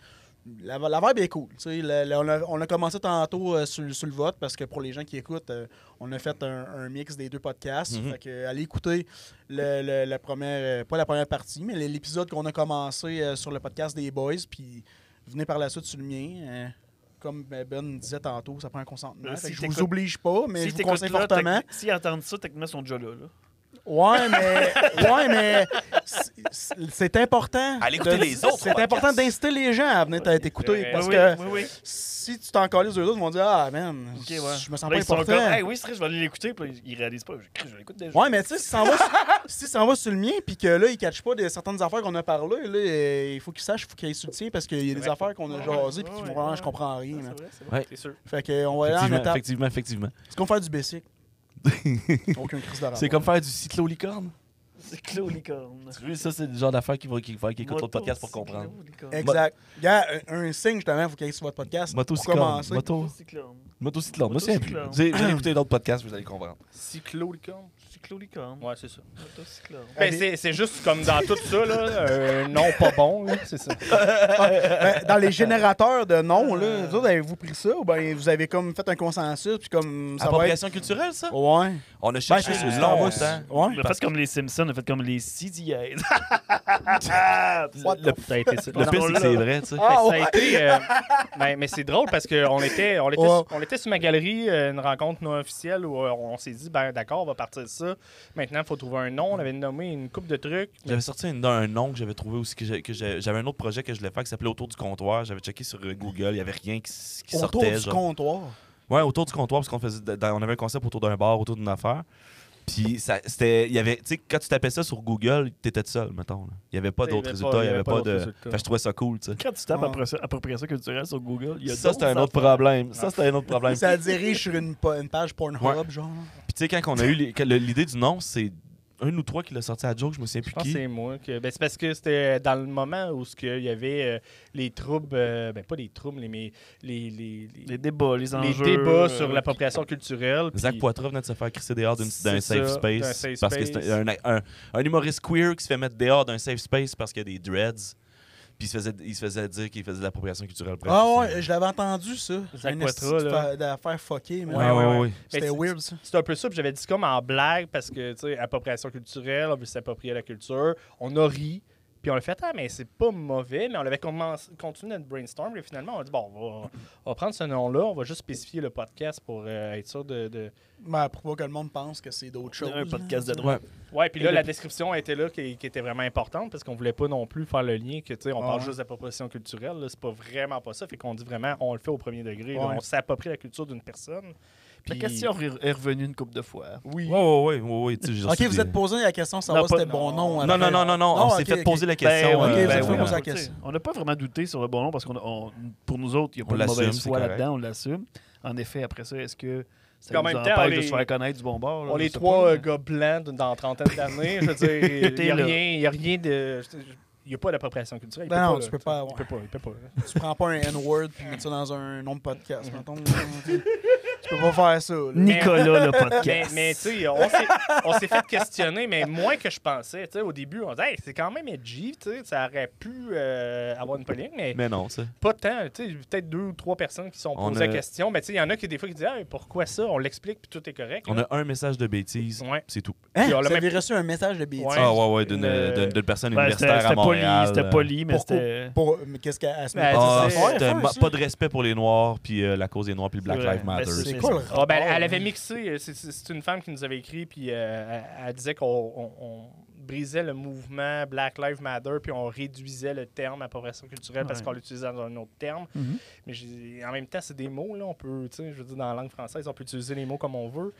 A: la, la vibe est cool. Tu sais, la- la- on, a, on a commencé tantôt euh, sur, sur le vote parce que pour les gens qui écoutent, euh, on a fait un, un mix des deux podcasts.
B: Mhm.
A: Fait que, euh, allez écouter le, le- la première, euh, pas la première partie, mais l- l'épisode qu'on a commencé euh, sur le podcast des Boys, puis venez par la suite sur le mien. euh, comme Ben disait tantôt, ça prend un consentement.
C: Euh,
A: Fait
C: si
A: que je vous
C: t'écoutes-
A: oblige pas, mais
C: Si
A: je vous
C: t'écoutes
A: conseille
C: là,
A: fortement.
C: tec- S'ils entendent ça, techniquement, ils sont déjà là. là.
A: Ouais, mais. ouais, mais. c- c'est important.
B: Allez écouter
A: de-
B: les autres
A: C'est
B: podcasts.
A: important d'inciter les gens à venir t'a-
D: c'est
A: t'écouter.
D: vrai.
A: Parce
C: oui,
A: que
C: oui, oui.
A: si tu t'en cales les autres, ils vont dire Ah, man,
C: Ok, ouais.
A: je me sens
C: Là,
A: pas
C: ils sont
A: important.
C: comme, hey, oui, c'est vrai, je vais aller l'écouter. Puis là, ils- ils réalisent pas. Je, je l'écoute déjà.
A: Ouais, mais tu sais, s'il s'en va, sur- s'il s'en va sur le mien, puis que là, il catch pas des, certaines affaires qu'on a parlé, là, euh, il faut qu'il sache, il faut qu'il aille sur le tien, parce qu'il y a des
D: Ouais.
A: affaires qu'on a
C: Ouais,
A: jasées, puis
C: ouais,
A: qui
C: ouais,
A: vont vraiment,
C: ouais.
A: je comprends rien.
C: Ah,
A: là.
C: c'est vrai, c'est vrai.
B: Ouais.
D: C'est sûr.
A: Fait qu'on va aller en
B: Effectivement,
A: étape.
B: effectivement, effectivement.
A: Est-ce qu'on fait du basic Aucune crise de
B: C'est comme faire du cyclo-licorne.
C: C'est Claude Licorne.
B: Tu veux, ça, c'est le genre d'affaire qu'il va- qu'il va- qu'il écoute l'autre podcast pour comprendre.
A: Exact. Gars, un, un signe, justement, il faut qu'il aille sur votre podcast. pour
B: Motocyclone.
A: commencer.
B: Moto.
C: Cyclone.
B: Motocyclone. Moi, c'est plus.
C: Motocyclone.
B: J'ai j'ai écouté d'autres podcasts, vous allez comprendre.
D: Cyclo-licorne?
C: Cyclo-licorne.
D: Ouais, c'est ça.
C: Motocyclone.
D: Ben,
A: Allez.
D: c'est c'est juste comme dans tout ça, là, un nom pas bon, là, c'est ça.
A: Ben, dans les générateurs de noms, là, vous autres, avez-vous pris ça ou ben vous avez comme fait un consensus puis comme ça va être...
B: Appropriation culturelle, ça?
A: Ouais.
B: On a
A: Ben,
B: cherché
A: c'est ça.
D: Ah,
B: longtemps.
A: Ouais.
C: On a fait comme les Simpsons, on a fait comme les CDA.
A: What the
B: Le
D: Ça a
B: le
D: été ça.
B: pire, c'est que c'est vrai, tu sais.
A: Ah,
D: Ça a été, euh, ben, mais c'est drôle parce qu'on était, on était,
A: Ouais.
D: on était sur ma galerie, euh, une rencontre non officielle où euh, on s'est dit, ben d'accord, on va partir de ça. Maintenant, il faut trouver un nom. On avait nommé une coupe de trucs. mais-
B: J'avais sorti une- un nom que j'avais trouvé aussi, que j'ai- que j'ai- j'avais un autre projet que je voulais faire qui s'appelait Autour du comptoir. J'avais checké sur euh, Google, il n'y avait rien qui, s- qui
A: Autour
B: sortait.
A: du
B: genre.
A: comptoir.
B: Ouais, autour du comptoir, parce qu'on faisait, dans- on avait un concept autour d'un bar, autour d'une affaire. Puis ça, c'était, il y avait, tu sais, quand tu tapais ça sur Google, t'étais tout seul, mettons. là. Il y avait pas
D: Il y
B: d'autres
D: avait pas-
B: résultats, il y avait pas,
D: d'autres
B: de.
D: résultats.
B: Fait que je trouvais ça cool, tu sais.
C: Quand tu tapes
A: Ouais.
C: appropri- appropriation culturelle sur Google, il y a
B: Ça, c'était un
C: d'autres
B: autre problème. Ça, c'était un autre problème.
A: Ça dirige sur une, pa- une page Pornhub,
B: Ouais.
A: genre.
B: Puis tu sais, quand on a eu les- quand le- l'idée du nom, c'est un ou trois qui l'a sorti à Joe, je me souviens
D: Je
B: plus
D: pense que
B: qui.
D: Ah, c'est moi. Que, ben, c'est parce que c'était dans le moment où ce que il y avait euh, les troubles, euh, ben pas les troubles, les, mais les, les, les-
C: Les débats, les
D: les
C: enjeux.
D: débats
C: euh,
D: sur l'appropriation culturelle.
B: Zach
D: puis-
B: Poitras venait de se faire crisser dehors d'une- d'un
D: C'est
B: safe
D: ça,
B: space.
D: d'un safe
B: parce que
D: space.
B: c'est un, un- un humoriste queer qui se fait mettre dehors d'un safe space parce qu'il y a des dreads. Puis il se faisait, il se faisait dire qu'il faisait de l'appropriation culturelle. Bref,
A: Ah
B: c'est-
A: ouais, je l'avais entendu, ça.
D: Zach
A: Un
D: Poitras,
A: esti de
D: là.
A: fa- D'affaire fuckée, mais
D: Ouais, ouais, ouais.
A: C'était
D: Ben, c'est-
A: weird, ça.
D: C'est un peu ça, puis j'avais dit comme en blague, parce que, tu sais, appropriation culturelle, on veut s'approprier la culture. On a ri, puis on a fait, ah, mais c'est pas mauvais, mais on avait commencé, continué notre brainstorm, et finalement, on a dit, bon, on va, on va prendre ce nom-là, on va juste spécifier le podcast pour euh, être sûr de. de-
A: Mais pour pas Ben, que le monde pense que c'est d'autres choses.
C: Un podcast de
A: là.
C: droite.
D: Ouais, puis
C: Et
D: là,
C: le-
D: la description était là, qui, qui était vraiment importante, parce qu'on voulait pas non plus faire le lien que, tu sais, on
A: Ouais,
D: parle
A: ouais.
D: juste d'appropriation culturelle, là, c'est pas vraiment pas ça, fait qu'on dit vraiment, on le fait au premier degré, là,
A: Ouais.
D: on s'approprie la culture d'une personne.
C: La
D: puis-
C: question re- est revenue une couple de fois.
B: Oui, oui, oui. oui, tu sais, j'ai
A: Ok,
B: reçu
A: vous
B: des-
A: êtes posé la question de savoir
C: Non,
A: si
C: pas-
A: c'était le bon nom.
B: Non, non, non, non, non. On
A: Non,
B: s'est
A: ok,
B: fait
A: ok.
B: poser la question.
A: Ben, ok,
B: euh,
A: vous
B: ben
A: êtes fait
B: oui,
A: poser la
B: hein.
A: question.
C: Tu sais, On n'a pas vraiment douté sur le bon nom parce qu'on on- pour nous autres, il n'y a
B: On
C: pas de
B: l'assume,
C: mauvaise
B: c'est
C: foi
B: correct.
C: là-dedans, on l'assume. En effet, après ça, est-ce que ça
D: Puis en
C: nous
D: même temps,
C: empêche
D: on
C: de
D: est-
C: se faire connaître du bon bord? là?
D: On
C: Je
D: est
C: sais
D: trois
C: pas,
D: euh,
C: mais-
D: gars blancs d'une- dans trentaine d'années. Je veux dire, il n'y
C: T'es
D: a,
C: là.
D: rien- il y a rien de. Il n'y a pas d'appropriation culturelle. il
A: Ben
D: peut
A: non,
D: pas,
A: tu
D: là,
A: peux
D: sais.
A: pas, ouais.
D: Il peut pas. Il peut pas.
A: Tu prends pas un N-word puis mets ça dans un nom de podcast, mettons. tu peux pas faire ça. là.
C: Nicolas, le
D: Mais,
C: podcast.
D: mais tu sais, on s'est- on s'est fait questionner, mais moins que je pensais. Tu sais, au début, on disait, Hey, c'est quand même edgy, tu sais, ça aurait pu euh, avoir une polémique, mais
B: Mais non, ça.
D: pas tant. Tu sais, peut-être deux ou trois personnes qui se sont
B: On
D: posées
B: a-
D: la question. Mais tu sais, il y en a qui, des fois, qui disent, Hey, pourquoi ça On l'explique, puis tout est correct.
B: On
D: là.
B: a un message de bêtises.
D: Ouais.
B: C'est tout.
A: Hein?
D: Puis on l'a
A: Vous avez reçu un message de bêtise.
D: Ouais.
B: Ah, ouais, ouais. D'une
D: Une-
B: d'une- d'une personne
C: Ben, c'était
B: universitaire à
C: c'était poli,
B: Montréal.
C: c'était
B: euh,
C: poli, mais
A: Pourquoi-
C: c'était.
A: Pour- mais qu'est-ce qu'elle elle se met
D: Ben,
A: à hein,
B: Ah,
A: dire,
D: c'est-
A: ouais,
B: c'était
A: ouais,
B: ma-
A: ça.
B: pas de respect pour les Noirs, puis euh, la cause des Noirs, puis le Black
C: C'est vrai.
B: Lives Matter.
C: Ben,
A: C'est quoi le
D: Ah, ben,
A: rapport,
D: elle
A: là?
D: avait mixé. euh, c'est- C'est c'est une femme qui nous avait écrit, puis euh, elle, elle disait qu'on on- on brisait le mouvement Black Lives Matter, puis on réduisait le terme appropriation culturelle parce
C: Ouais.
D: qu'on l'utilisait dans un autre terme.
A: Mm-hmm.
C: Mhm.
D: Mais j'ai- en même temps, c'est des mots, là. On peut, tu sais, je veux dire, dans la langue française, on peut utiliser les mots comme on veut.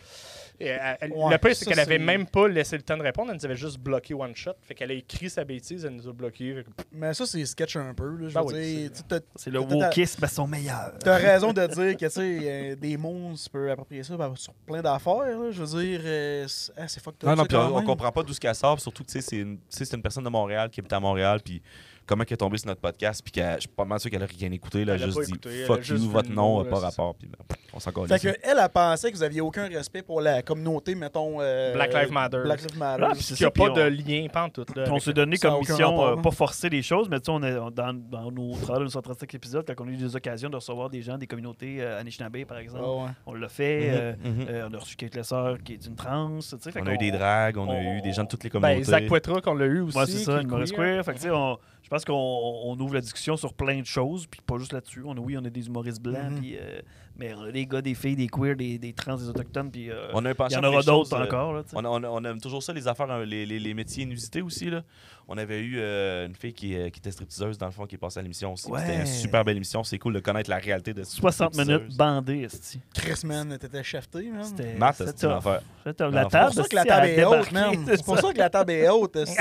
D: Et elle- elle-
A: Ouais,
D: le pire, c'est
A: ça,
D: qu'elle avait
A: c'est-
D: même pas laissé le temps de répondre. Elle nous avait juste bloqué one shot. Fait qu'elle a écrit sa bêtise, elle nous a bloqué. Fait que, pff,
A: Mais ça, c'est sketch un peu. Là, je
D: Ben
A: veux
D: oui,
A: dire, tu sais, t'as-
C: C'est le
A: T'as- t'as-
C: wokisme à son meilleur.
A: T'as raison de dire que, tu sais, euh, des mots, tu peux approprier ça ben, sur plein d'affaires. là. Je veux dire, euh, c'est ah, c'est fucked up,
B: Non, non,
A: ça,
B: puis
A: quand
B: on, on
A: même.
B: comprend pas d'où ce qu'elle sort, surtout que tu sais, c'est une, tu sais, c'est une personne de Montréal qui habite à Montréal, puis comment elle est tombée sur notre podcast, puis qu'elle- je suis pas mal sûr qu'elle a rien écouté, là,
D: Elle a
B: juste
D: pas
B: dit
D: écouté, elle a
B: fuck
D: juste
B: you,
D: vu
B: votre
D: le
B: nom,
D: mot,
B: euh,
D: là,
B: pas
D: c'est
B: rapport, puis ben, on s'en
A: Fait
B: calisse.
A: que elle a pensé que vous aviez aucun respect pour la communauté, mettons. euh,
D: Black Lives Matter.
A: Black Lives Matter.
C: Ah, puis c'est
D: Il n'y a
C: ça, puis
D: pas de
C: on-
D: lien, pas en tout. Là,
C: Puis on
D: avec-
C: s'est donné
A: Ça a
C: comme
A: aucun
C: mission,
A: rapport,
C: euh,
A: hein.
C: pas forcer les choses, mais tu sais, on est on- dans, dans nos, au travers de nos 135 épisodes, quand on a eu des occasions de recevoir des gens des communautés euh, Anishinaabe, par exemple,
A: Ah, ouais.
C: on l'a
B: Mhm,
C: fait. euh,
B: mhm.
C: euh, on a reçu Kate Lesseur, qui est une trans. tu sais, fait
B: on
C: qu'on-
B: a eu des drags, on, a
C: on-
B: eu des gens de toutes les
D: Ben,
B: communautés.
D: Zach Poitras, qu'on l'a eu aussi.
C: Ouais, c'est
D: qui
C: ça,
D: est
C: humoriste
D: queer.
C: queer. Fait que, tu sais, on- je pense qu'on
B: Mm-hmm.
C: on- on ouvre la discussion sur plein de choses, puis pas juste là-dessus. On a, oui, on a des humoristes blancs,
A: Mhm.
C: puis, euh, mais on a des des gars, des filles, des queers, des, des trans, des autochtones, puis euh,
B: On a un
C: il y
B: penchant
C: en
B: pour
C: aura
B: les choses,
C: d'autres
B: euh,
C: encore. Là, tu sais.
B: On, on- on aime toujours ça, les affaires, hein, les, les- les métiers inusités aussi. Là. On avait eu euh, une fille qui, euh, qui était stripteaseuse, dans le fond, qui est passée à l'émission aussi.
C: Ouais.
B: C'était une super belle émission. C'est cool de connaître la réalité de
C: 60 minutes
B: stripteaseuse.
C: bandées, esti.
A: Chris, man, t'étais chefté, man.
C: C'était
B: Matt,
C: c'était
B: Euh, c'est une
C: tough.
B: affaire.
C: C'était tough.
B: Non,
C: La
A: Ben, C'est
B: c'est
C: table,
A: pour ça
C: esti,
A: que la table
C: elle
A: est haute,
C: débarquait,
A: man.
C: c'est
A: C'est pour ça que la table est haute, aussi.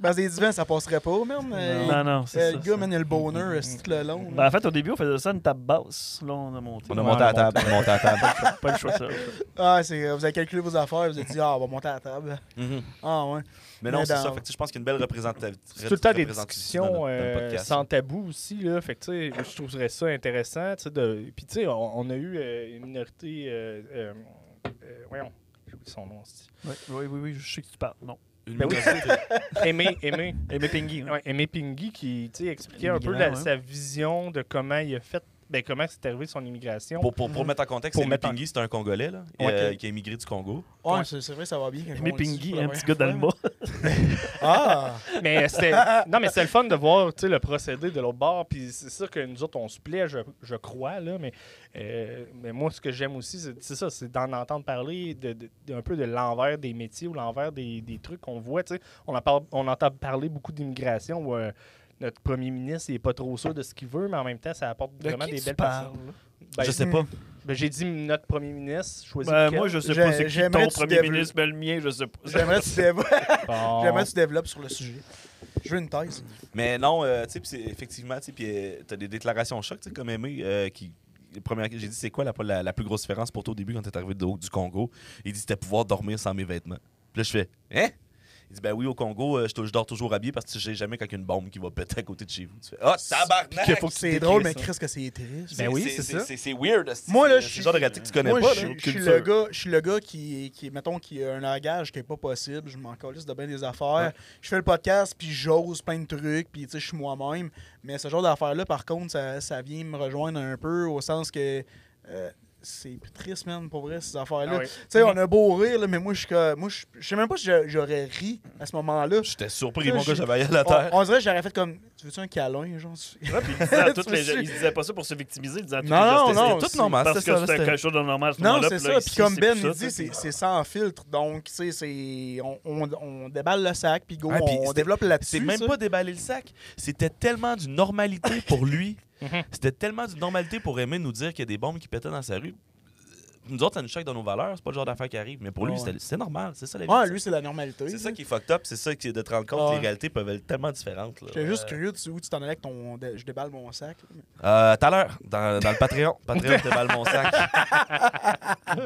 A: Parce que les divans, ça passerait pas, man. Euh,
C: Non, non, c'est
A: euh,
C: ça.
A: le gars,
C: ça.
A: man, il a le bonheur, c'est tout le long.
C: Ben, en fait, au début, on faisait ça une table basse. Là, on a monté.
B: On a
D: Ouais,
B: monté à
D: on
B: table. on a monté à table.
C: Pas le choix de ça.
A: Ah, c'est, vous avez calculé vos affaires, vous avez dit, ah, on va monter à la table.
B: Mhm.
A: Ah, ouais.
B: Mais non,
A: Mais
B: c'est
A: dans-
B: ça. Fait que, tu sais, je pense qu'il y a une belle représentativité.
D: C'est tout le temps des
B: représentativité dans
D: discussions
B: notre- dans le
D: euh,
B: podcast.
D: sans tabou aussi. Là. Fait que, tu sais, je trouverais ça intéressant. tu sais, De... Puis, tu sais, on, on a eu euh, une minorité. euh, euh, euh, voyons, j'ai oublié son nom. c'est-
C: Ouais, Oui, oui, oui, je sais que tu parles. Non.
B: Une
D: Ben oui.
B: minorité.
D: Aimé, Aimé.
C: Aimé Pingui.
A: hein.
D: Ouais, Aimé Pingui qui tu sais, expliquait un
C: Immigrant,
D: peu la-
C: ouais.
D: sa vision de comment il a fait, ben, comment c'est arrivé son immigration.
B: Pour, pour, pour mettre en contexte,
D: Pour
B: Aimé
D: mettre en-
B: Pingui, c'est un Congolais là,
D: Ouais,
B: euh,
D: ok.
B: qui a immigré du Congo.
A: Ouais,
D: Ouais.
A: C'est, c'est vrai, ça va bien. quand
C: Aimé
A: on dit ça
C: Pingui,
A: pour la
C: un hein, petit gars
A: première
C: d'Alma.
A: fois. Ah!
D: Mais c'était non mais c'était le fun de voir tu sais, le procédé de l'autre bord puis c'est sûr que nous autres on se plaît je, je crois là mais euh, mais moi ce que j'aime aussi c'est c'est ça c'est d'en entendre parler de, de- de- un peu de l'envers des métiers ou l'envers des, des trucs qu'on voit tu sais on en parle on entend parler beaucoup d'immigration où euh, notre premier ministre il est pas trop sûr de ce qu'il veut mais en même temps ça apporte
C: De
D: vraiment
C: qui
D: des
C: tu
D: belles
C: parles,
D: personnes
B: je sais pas.
D: ben, j'ai dit notre premier ministre choisi
C: Ben, moi, je sais pas
A: J'ai-
C: c'est qui
A: j'aimerais
C: ton
A: que tu
C: premier
A: développes.
C: ministre, mais le mien, je sais pas.
A: J'aimerais que tu développes- j'aimerais que tu développes sur le sujet. Je veux une thèse.
B: Mais non, euh, tu sais, puis c'est- effectivement, tu sais, puis euh, t'as des déclarations choc, tu sais, comme Aimé, euh, qui. le premier- J'ai dit, c'est quoi la, la- la plus grosse différence pour toi au début quand t'es arrivé de, du Congo? Il dit, c'était pouvoir dormir sans mes vêtements. Puis là, je fais, hein? Il dit, ben oui, au Congo, euh, je, tou- je dors toujours habillé parce que je sais jamais quand il y a une bombe qui va péter à côté de chez vous. Tu fais, ah, tabarnak!
D: Puis qu'il faut que tu
A: C'est
D: décris
A: drôle, mais
D: ça.
A: Chris, que c'est triste.
D: Ben oui, c'est ça.
B: C'est c'est weird. c'est-
A: Moi, là,
B: c'est-
A: je
B: c'est
A: suis-
B: le genre de réalité que tu connais
A: Moi,
B: pas.
A: je,
B: là.
A: je suis le gars, je suis le gars qui, qui, mettons, qui a un langage qui est pas possible. Je m'en calisse de bien des affaires. Je fais le podcast, puis j'ose plein de trucs, puis tu sais, je suis moi-même. Mais ce genre d'affaires-là, par contre, ça, ça vient me rejoindre un peu au sens que euh, c'est triste, man, pour vrai, ces affaires-là.
D: Ah oui.
A: Tu sais, on a beau rire, là, mais moi, je suis comme- moi, je je sais même pas si j'a- j'aurais ri à ce moment-là.
B: J'étais surpris,
A: Là,
B: mon gars,
A: je-
B: j'avais à la
A: On,
B: terre.
A: on dirait que j'aurais fait comme, tu veux-tu un câlin, genre? tu-
C: Ouais, puis il disait, à toutes
A: Tu
C: les...
A: me suis-
C: il disait pas ça pour se victimiser, il disait à toutes
A: Non,
C: les
A: non,
C: gestes,
A: non,
B: C'était
A: c'est-
B: tout normal.
C: Parce
B: c'était
C: que
B: ça,
C: c'était
B: c'était-
C: quelque chose de normal. à ce
A: Non,
C: moment-là,
A: c'est
C: puis là,
A: ça.
C: ici,
A: Puis comme
C: c'est
A: Ben
C: plus
A: il
C: ça,
A: dit,
C: tu sais.
A: c'est c'est sans filtre. Donc, tu sais, c'est- on, on, on déballe le sac, puis go,
B: Ah, puis
A: on
B: c'était-
A: développe là-dessus.
B: C'est même
A: ça.
B: pas déballer le sac. C'était tellement d'une normalité pour lui.
D: Mhm.
B: C'était tellement d'une normalité pour aimer nous dire qu'il y a des bombes qui pétaient dans sa rue. Nous autres, ça nous choque dans nos valeurs. C'est pas le genre d'affaire qui arrive. Mais pour lui,
A: Ouais.
B: c'était- c'est normal. C'est ça la vie.
A: Ouais, lui, c'est la normalité.
B: c'est ça
A: là.
B: qui est fucked up. C'est ça qui est de te rendre compte.
A: Ouais.
B: Les réalités peuvent être tellement différentes. là.
A: J'étais juste
B: Euh,
A: curieux de où tu t'en allais avec ton. de- Je déballe mon sac. là.
B: euh, Tout à l'heure, dans, dans le Patreon. Patreon, déballe mon sac.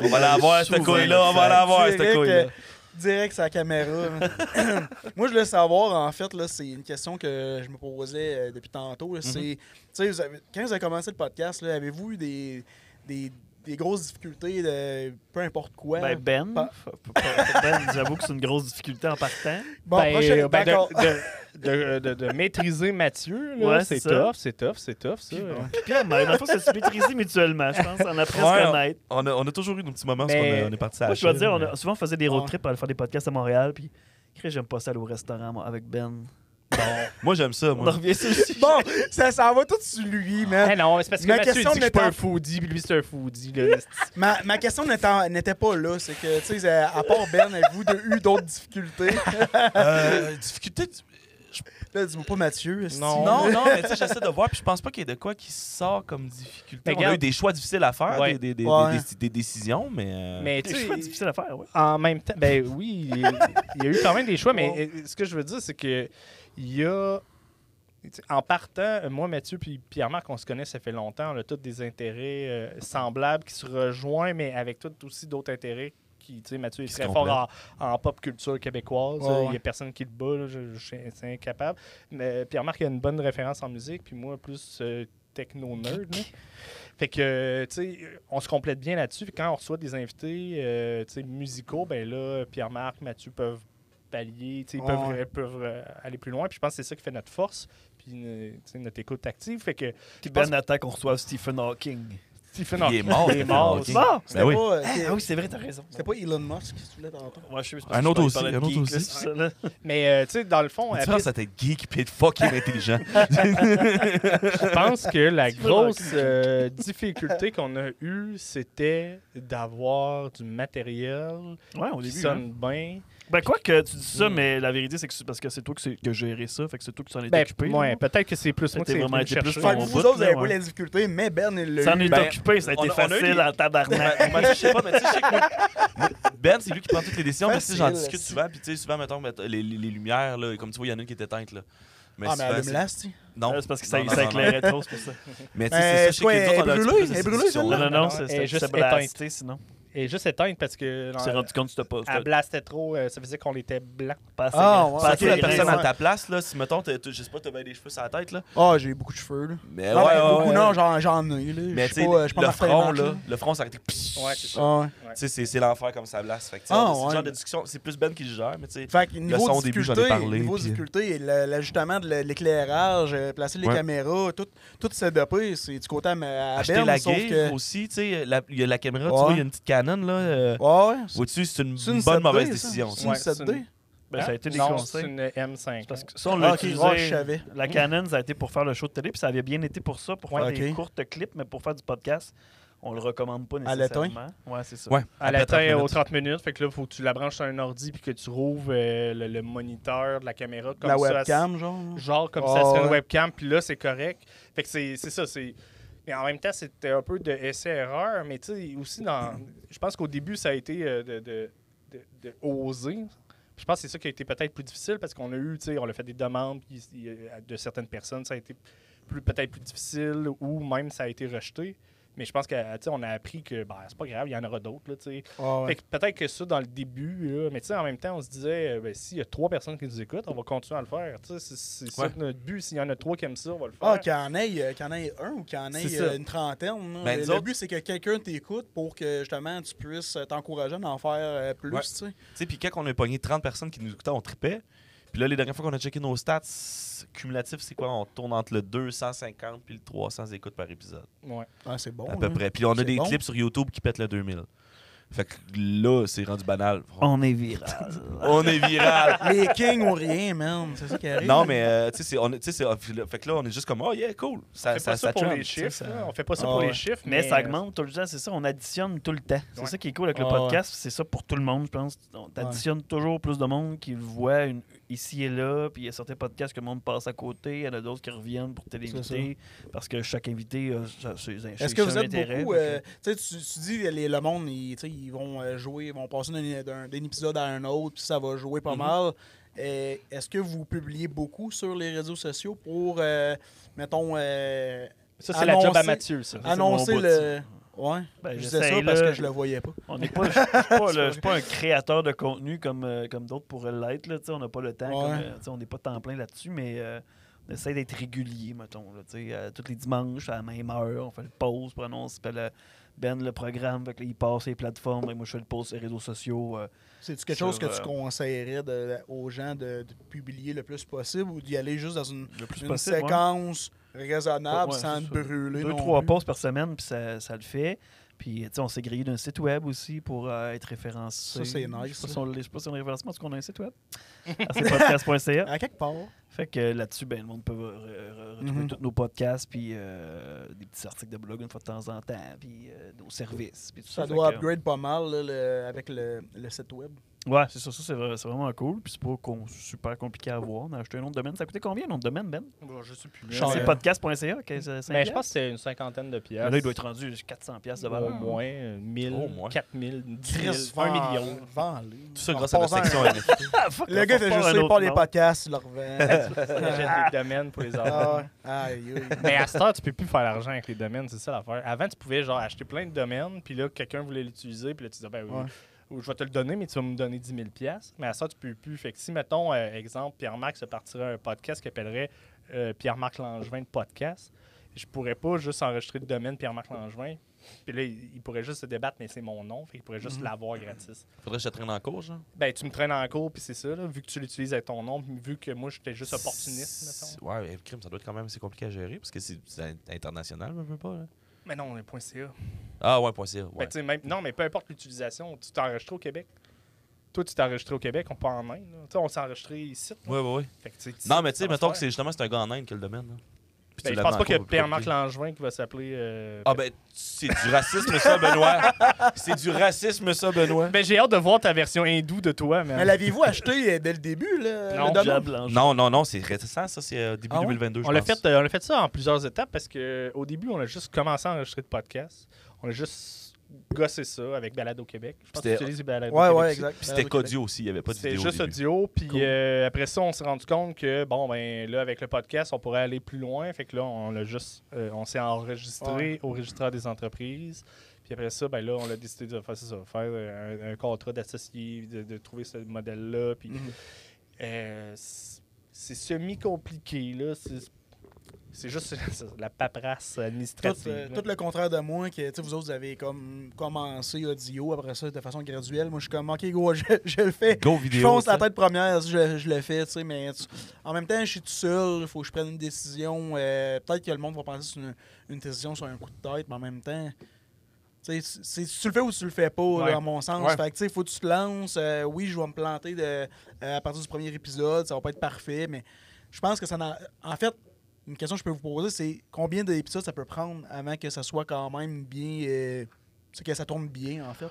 B: on va l'avoir, cette
C: Souvent,
B: couille-là. On va
A: Ah
B: l'avoir, cette
A: Direct,
B: couille-là.
A: euh, Direct sa caméra. man. Moi, je voulais savoir, en fait, là, c'est une question que je me posais euh, depuis tantôt. là, C'est, tu sais, vous avez- quand vous avez commencé le podcast, là, avez-vous eu des, des, des grosses difficultés de peu importe quoi?
C: Ben, Ben,
A: Pas-
C: ben j'avoue que c'est une grosse difficulté en partant.
A: bon,
D: Ben,
A: prochaine-
D: ben, de,
A: d'accord.
D: de- de- de- de maîtriser Mathieu, là,
C: Ouais,
D: c'est
C: c'est ça.
D: tough, c'est tough, c'est tough, ça.
C: Puis là, mais dans le fond, c'est se maîtriser mutuellement, je pense. On apprend à
B: Ouais,
C: se connaître.
B: on, a, on a toujours eu nos petits moments parce
D: Mais-
B: qu'on a- on est parti à
C: Moi,
B: la
C: je dois
B: chaîne,
C: dire, on
B: mais-
C: a- souvent, on faisait des road
A: Ouais.
C: trips à faire des podcasts à Montréal. Puis, Chris, j'aime pas ça aller au restaurant moi, avec Ben.
B: Moi, j'aime ça.
C: On
B: Moi.
C: en revient sur le sujet.
A: Bon, ça s'en va tout sur lui, man.
D: Eh non, c'est parce que
A: Ma
D: Mathieu
A: question
D: dit que je suis pas
A: n'étant-
D: un foodie, puis lui c'est un foodie. Là.
A: Ma, ma question n'étant- n'était pas là. C'est que, tu sais, à part Ben, avez-vous de- eu d'autres difficultés?
B: Euh, difficulté du-
A: Là, dis-moi pas Mathieu. esti.
D: Non.
B: Non, Ben non, mais tu sais, j'essaie de voir, puis je pense pas qu'il y ait de quoi qui sort comme difficulté.
D: Mais
B: on a
D: regarde-
B: eu des choix difficiles à faire,
D: Ouais.
B: des, des- des-
A: Ouais.
B: des- des- des décisions, mais. euh,
D: mais tu
C: C'est choix
D: sais,
C: difficile à faire, ouais.
D: en même temps, ben oui, il y a- il y a eu quand même des choix, mais euh, ce que je veux dire, c'est que il y a. tu sais, En partant, euh, moi, Mathieu puis Pierre-Marc, on se connaît, ça fait longtemps. On a tous des intérêts euh, semblables qui se rejoignent, mais avec tout aussi d'autres intérêts. Qui, tu sais, Mathieu est
B: Qui se
D: très fort en, en pop culture québécoise.
A: Ouais,
D: euh, Il
A: ouais.
D: n'y a personne qui le bat. là, je, je suis c'est incapable. Mais Pierre-Marc a une bonne référence en musique, puis moi, plus euh, techno-nerd. là. Fait que, euh, tu sais, on se complète bien là-dessus. Puis Quand on reçoit des invités euh, tu sais, musicaux, ben là, Pierre-Marc, Mathieu peuvent pallier, tu sais, ils
A: Ouais,
D: peuvent,
A: ouais.
D: ils peuvent euh, aller plus loin. Puis je pense que c'est ça qui fait notre force, puis euh, tu sais, notre écoute active. Fait que,
C: Puis
D: pense-
C: Ben attend qu'on reçoive Stephen Hawking.
D: Stephen
B: Il est
D: Hawking.
B: mort.
C: Il est mort.
B: Stephen
C: c'est mort.
B: Hawking. Ben oui.
A: pas, euh,
C: Ah oui, c'est vrai, t'as raison.
A: c'était pas Elon Musk qui voulait tantôt.
C: Ouais, je sais, c'est parce
B: Un
C: que je
B: autre
C: pense
B: aussi,
C: que
B: un
C: tu
B: autre
C: parlais de
B: aussi.
C: geek, là, c'est ça, là.
D: Mais euh, tu sais, dans le fond,
B: La
D: après,
B: différence, c'était geek pis de fucking intelligent.
D: je pense que la
C: C'est vraiment
D: grosse euh, difficulté qu'on a eue, c'était d'avoir du matériel
C: Ouais, au
D: qui
C: début. hein.
D: sonne bien.
C: Ben, quoi que tu dis ça,
D: Mm.
C: mais la vérité, c'est que c'est parce que c'est toi que c'est- que géré ça, fait que c'est toi qui s'en étais
D: Ben,
C: occupé.
D: ouais,
C: là.
D: peut-être que c'est plus moi
C: T'es
D: qui c'est
C: vraiment
D: venu
C: été
D: me
C: plus
D: chercher.
A: Fait
C: mon
A: que vous
C: bout,
A: autres, vous
C: là,
A: avez pas
C: ouais.
A: les difficultés, mais Ben, il l'a
C: S'en
A: eu.
C: est
B: Ben,
C: occupé, ça a
B: on
C: été
B: a- on a eu
C: facile
B: des-
C: en tabarnak.
B: Ben, ben, je sais pas, mais tu sais, je sais que moi- Ben, c'est lui qui prend toutes les décisions, mais tu sais, j'en
A: Facile,
B: discute
A: si.
B: souvent. Puis tu sais, souvent, mettons, mettons, les, les, les lumières, là, comme tu vois, il y en a une qui est éteinte. Là. Mais
A: Ah, mais
B: souvent, c'est-
A: allume-la, c'est.
B: Non.
C: Ah, C'est parce que ça,
B: Non, non,
C: ça
B: non, non.
C: éclairait trop, c'est pour ça.
B: Mais tu
A: Euh,
B: sais, c'est ça,
A: quoi,
B: je sais que les autres, on a un
A: elle est
B: petit peu
A: brûlée,
B: plus
A: elle est
B: cette
A: brûlée,
B: discussion-là.
C: Non, non, non,
D: elle est
C: c'est
D: juste
C: juste blasté, sinon.
D: Et juste éteinte parce que
C: Tu t'es rendu compte que c'était pas.
D: elle
C: c'était
D: blastait trop, euh, ça faisait qu'on était blanc.
C: Pas assez.
A: Ah,
C: grave.
A: ouais.
C: Pas
B: Parce que
C: assez
B: la
A: Ouais.
C: grave.
B: personne
A: Ouais.
B: à ta place, là, si mettons, t'as- t'as- je sais pas, t'as bien des cheveux sur la tête, là.
A: Ah, j'ai beaucoup de cheveux, là.
B: Mais
A: Non, ben,
B: ouais, ouais,
A: beaucoup,
B: ouais.
A: non, j'en, j'en ai, là.
B: Mais
A: je
B: tu
A: suis
B: sais,
A: pas, je suis pas
B: le
A: Martin
B: front,
A: Lamarche,
B: là, le front, ça a été. Tu
D: Ouais, c'est ça.
A: Ah, ouais.
B: sais, c'est- c'est l'enfer comme ça blast. Fait que, tu sais,
A: Ah,
B: c'est
A: ouais.
B: le genre de discussion, c'est plus Ben qui le gère, mais tu sais.
A: Fait que niveau
B: son, au début,
A: difficulté,
B: j'en ai parlé,
A: niveau
B: puis- euh,
A: difficulté, et le- l'ajustement de l'éclairage, euh, placer les
B: Ouais.
A: caméras, tout, tout setupé, c'est du côté à, ma- à
B: Acheter
A: Berne,
B: la
A: sauf
B: gear
A: que...
B: aussi, tu sais, la- il y a la caméra, tu
A: Ouais.
B: vois, il y a une petite Canon, là. euh,
A: Ouais, ouais, c'est-
B: Au-dessus, c'est une
A: c'est une
B: bonne
A: 7D,
B: mauvaise
A: ça.
B: décision.
A: C'est
B: ça.
A: une
D: Ouais,
A: 7D.
C: Ben, ça a été des
D: non,
C: conseils.
D: c'est une M5.
C: Parce que ça, on
A: Ah,
C: l'a
A: ok, ah, je
C: utilisé.
A: savais.
C: La Canon, ça a été pour faire le show de télé, puis ça avait bien été pour ça, pour faire
A: Ouais,
C: des
A: ok.
C: courtes clips, mais pour faire du podcast, on le recommande pas
A: À l'éteint?
C: nécessairement. Ouais, c'est ça.
B: Ouais.
D: Elle
B: Après 30
D: atteint aux
B: minutes.
D: 30 minutes, fait que là, faut que tu la branches sur un ordi puis que tu rouvres euh, le, le moniteur de la caméra. Comme
A: La
D: ça,
A: webcam, genre.
D: c- Genre comme ça,
A: Ah
D: c'est une
A: ouais.
D: webcam, puis là, c'est correct. Fait que c'est c'est ça, c'est... Mais en même temps, c'était un peu de essai-erreur, mais tu sais, aussi dans... Je pense qu'au début, ça a été euh, de, de, de- de oser. Je pense que c'est ça qui a été peut-être plus difficile parce qu'on a eu, tu sais, on a fait des demandes puis il y a- de certaines personnes, ça a été plus peut-être plus difficile ou même ça a été rejeté. Mais je pense qu'on a appris que ben, c'est pas grave, il y en aura d'autres. là, tu sais.
A: Ah, ouais.
D: Fait que peut-être que ça, dans le début, là, mais tu sais, en même temps, on se disait, euh, ben, s'il y a trois personnes qui nous écoutent, on va continuer à le faire. Tu sais, C'est c'est ça
B: Ouais.
D: notre but. S'il y en a trois qui aiment ça, on va le faire.
A: Ah, qu'il y en ait, euh, qu'il y en ait un ou qu'il y en
D: C'est
A: ait
D: ça.
A: euh, une trentaine. là. le
B: Ben, nous
A: le
B: autres-
A: but, c'est que quelqu'un t'écoute pour que justement tu puisses euh, t'encourager à en faire euh, plus.
B: Ouais.
A: tu sais.
B: Tu sais, puis quand on a pogné 30 personnes qui nous écoutaient, on tripait. Puis là, les dernières fois qu'on a checké nos stats cumulatifs, c'est quoi On tourne entre le 250 puis le 300 écoutes par épisode,
D: Ouais.
A: Ah, c'est bon.
B: à peu
A: hein.
B: près. Puis on a
A: C'est
B: des
A: bon.
B: clips sur YouTube qui pètent le 2000. Fait que là, c'est rendu banal.
C: On est viral.
B: On est viral.
A: Les kings ont rien, man. C'est ça qui arrive.
B: non, mais euh, tu sais, c'est- on est- tu sais, c'est- fait que là, on est juste comme, oh yeah, cool.
D: On
B: Ça,
D: fait
B: ça,
D: pas ça
B: ça
D: pour
B: chum,
D: les
B: tu sais,
D: chiffres.
B: ça-
D: là. On fait pas ça
A: Ah
D: pour
A: ouais.
D: les chiffres, mais,
C: mais ça
D: euh,
C: augmente tout le temps, c'est ça, on additionne tout le temps. C'est
D: Ouais.
C: ça qui est cool avec le
A: Ah,
C: podcast, c'est ça pour tout le monde, je pense. On additionne toujours plus de monde qui le voit une- ici et là, puis il y a certains podcasts que le monde passe à côté, il y en a d'autres qui reviennent pour téléviter, parce que chaque invité a sa- ses, ses-
A: Est-ce que vous
C: son
A: êtes
C: intérêt,
A: beaucoup.
C: donc,
A: euh, tu sais, tu, tu dis les- le monde, ils, tu sais, ils vont euh, jouer, ils vont passer d'un, d'un- d'un épisode à un autre, puis ça va jouer pas
B: Mhm.
C: Mm-hmm.
A: mal. Euh, est-ce que vous publiez beaucoup sur les réseaux sociaux pour, euh, mettons, euh,
D: Ça, c'est la job à
A: annoncer-
D: Mathieu, ça.
C: c'est mon
A: annoncer
C: bout,
A: le. Ouais,
C: Ben,
A: je disais ça
C: j'essaye,
A: parce
C: là.
A: que je le voyais pas.
C: On n'est pas, je- je suis pas, le- je suis pas un créateur de contenu comme, euh, comme d'autres pourraient l'être. là, tu sais, On n'a pas le temps.
A: Ouais.
C: comme, euh, tu sais, on n'est pas temps plein là-dessus, mais euh, on essaie d'être régulier, mettons. Là, tu sais, euh, tous les dimanches, à la même heure, on fait le pause pour annoncer puis le- Ben le programme. fait que là, il passe sur les plateformes. Et moi, je fais le pause sur les réseaux sociaux. euh.
A: C'est-tu quelque
C: Sur,
A: chose que tu
C: euh,
A: conseillerais de- aux gens de, de publier le plus possible ou d'y aller juste dans une,
C: le plus
A: une
C: possible, ouais.
A: séquence raisonnable
C: Ouais,
A: sans
C: c'est
A: te
C: ça.
A: brûler?
C: Deux,
A: non
C: trois
A: plus?
C: pauses par semaine, puis ça, ça le fait. Puis, tu sais, on s'est grillé d'un site web aussi pour euh, être référencé.
A: Ça, c'est nice,
C: Je sais
A: ça.
C: pas si on- je sais pas si on est référencement, parce qu'on a un site web. Ah, c'est podcast.ca.
A: À quelque part.
C: Fait que euh, là-dessus, ben, le monde peut re- re- retrouver
A: Mhm.
C: tous nos podcasts, puis euh, des petits articles de blog une fois de temps en temps, puis euh, nos services, puis tout ça.
A: Ça
C: Fait
A: doit
C: que, euh,
A: upgrade pas mal là, le- avec le, le site web.
C: Ouais, c'est ça, ça c'est vra- c'est vraiment cool, puis c'est pas con- super compliqué à voir. On a acheté un nom de domaine. Ça a coûté combien, un nom de domaine, Ben
D: Bon, je sais plus.
A: Ouais.
C: C'est
D: Mais,
A: Euh,
C: podcast.ca, ok, c'est cinq
D: Ben, je
C: piastres?
D: pense que c'est une cinquantaine de pièces.
C: Mais Là, il doit être rendu 400$ piastres de
D: au
C: valeur.
D: moins euh, 1000,
B: Au moins.
D: 4000, 10 000,
A: Chris,
D: 1
A: vends-
D: million.
A: vends-le.
B: Tout ça
A: On
B: grâce à la
A: repart en-
B: section NFT.
C: Ah, fuck,
A: Le
C: on
A: gars
C: repart
A: fait
C: un
A: juste ça, il
C: autre
A: part les
C: nom.
A: podcasts, il le revend.
D: Il achète des domaines pour les avoir.
A: Ah ouais. Aïe, aïe.
D: Mais à cette heure, tu peux plus faire l'argent avec les domaines, c'est ça l'affaire. Avant, tu pouvais genre acheter plein de domaines, puis là, quelqu'un voulait l'utiliser, puis là, tu disais, ben oui,
A: Ouais.
D: ou je vais te le donner, mais tu vas me donner 10 000 pièces. Mais à ça, tu peux plus. Fait que si, mettons, euh, exemple, Pierre-Marc se partirait un podcast qui appellerait euh, Pierre-Marc Langevin de podcast, je pourrais pas juste enregistrer le domaine Pierre-Marc Langevin. Puis là, il, il pourrait juste se débattre, mais c'est mon nom, fait qu'il pourrait juste l'avoir gratis.
B: Faudrait que je te traîne en cours, genre.
D: Ben, tu me traînes en cours, puis c'est ça, là, vu que tu l'utilises avec ton nom, puis vu que moi, j'étais juste opportuniste, mettons.
B: Ouais, mais le crime, ça doit être quand même assez compliqué à gérer parce que c'est c'est international, je veux pas. là.
D: Mais non, le point .ca.
B: Ah ouais, point .ca. ouais.
D: Ben, tu sais, même, non, mais peu importe l'utilisation, tu t'es enregistré au Québec. Toi, tu t'es enregistré au Québec, on part en Inde. là. Tu sais, on s'est enregistré ici. là.
B: Ouais, ouais, ouais.
D: Fait que, tu sais, ici,
B: Non, mais tu
D: ça
B: sais,
D: va
B: mettons
D: se
B: que c'est justement c'est un gars en Inde qui a le domaine. là. Puis
D: Ben,
B: tu
D: je
B: l'as
D: pense
B: dans
D: pas qu'il y a
B: cours, plus
D: Pierre-Marc
B: compliqué.
D: Langevin qui va s'appeler. euh,
B: Ah ben, c'est du racisme ça, Benoît. C'est du racisme ça, Benoît.
D: Ben, j'ai hâte de voir ta version hindoue de toi, mais.
A: Mais l'aviez-vous acheté euh, dès le début, là?
D: Non.
A: le domaine?
C: Jab Blanche.
B: Non, non, non, c'est récent, ça, c'est euh, début
A: Ah ouais?
B: 2022, je
D: on l'a
B: pense.
D: fait, euh, on a fait ça en plusieurs étapes parce que euh, au début, on a juste commencé à enregistrer de podcast. On a juste gossé ça avec Balado Québec. Je pense que tu
B: C'était-
D: utilises Balado
A: Ouais,
D: Québec
A: ouais,
D: aussi.
A: exact.
B: Puis c'était qu'audio aussi, il n'y avait pas de
D: C'était
B: vidéo.
D: juste
B: au début.
D: audio, puis
A: Cool.
D: euh, après ça, on s'est rendu compte que, bon, ben là, avec le podcast, on pourrait aller plus loin. Fait que là, on l'a juste, euh, on s'est enregistré au registraire des entreprises. Puis après ça, ben là, on a décidé de faire, c'est ça, faire euh, un, un contrat d'associé, de, de trouver ce modèle-là. Puis
A: Mhm.
D: euh, c'est c'est semi-compliqué, là. C'est- C'est juste la paperasse
A: Tout,
D: administrative.
A: euh,
D: là.
A: tout le contraire de moi, que tu sais, vous autres, vous avez comme commencé audio, après ça, de façon graduelle. Moi, je suis comme, OK, gros, je, je le fais.
B: Go
A: Je
B: vidéo.
A: fonce la
B: ça.
A: tête première, je, je le fais, tu sais, mais tu- en même temps, je suis tout seul, il faut que je prenne une décision. euh, Peut-être que le monde va penser sur une, une décision sur un coup de tête, mais en même temps, tu sais, c'est- tu le fais ou tu le fais pas, là,
D: Ouais.
A: à mon sens.
D: Ouais.
A: Fait que, tu sais, faut que tu te lances. euh, oui, je vais me planter de, euh, à partir du premier épisode, ça va pas être parfait, mais je pense que ça n'a. En fait, une question que je peux vous poser, c'est combien d'épisodes ça peut prendre avant que ça soit quand même bien. euh, tu sais, que ça tourne bien, en fait.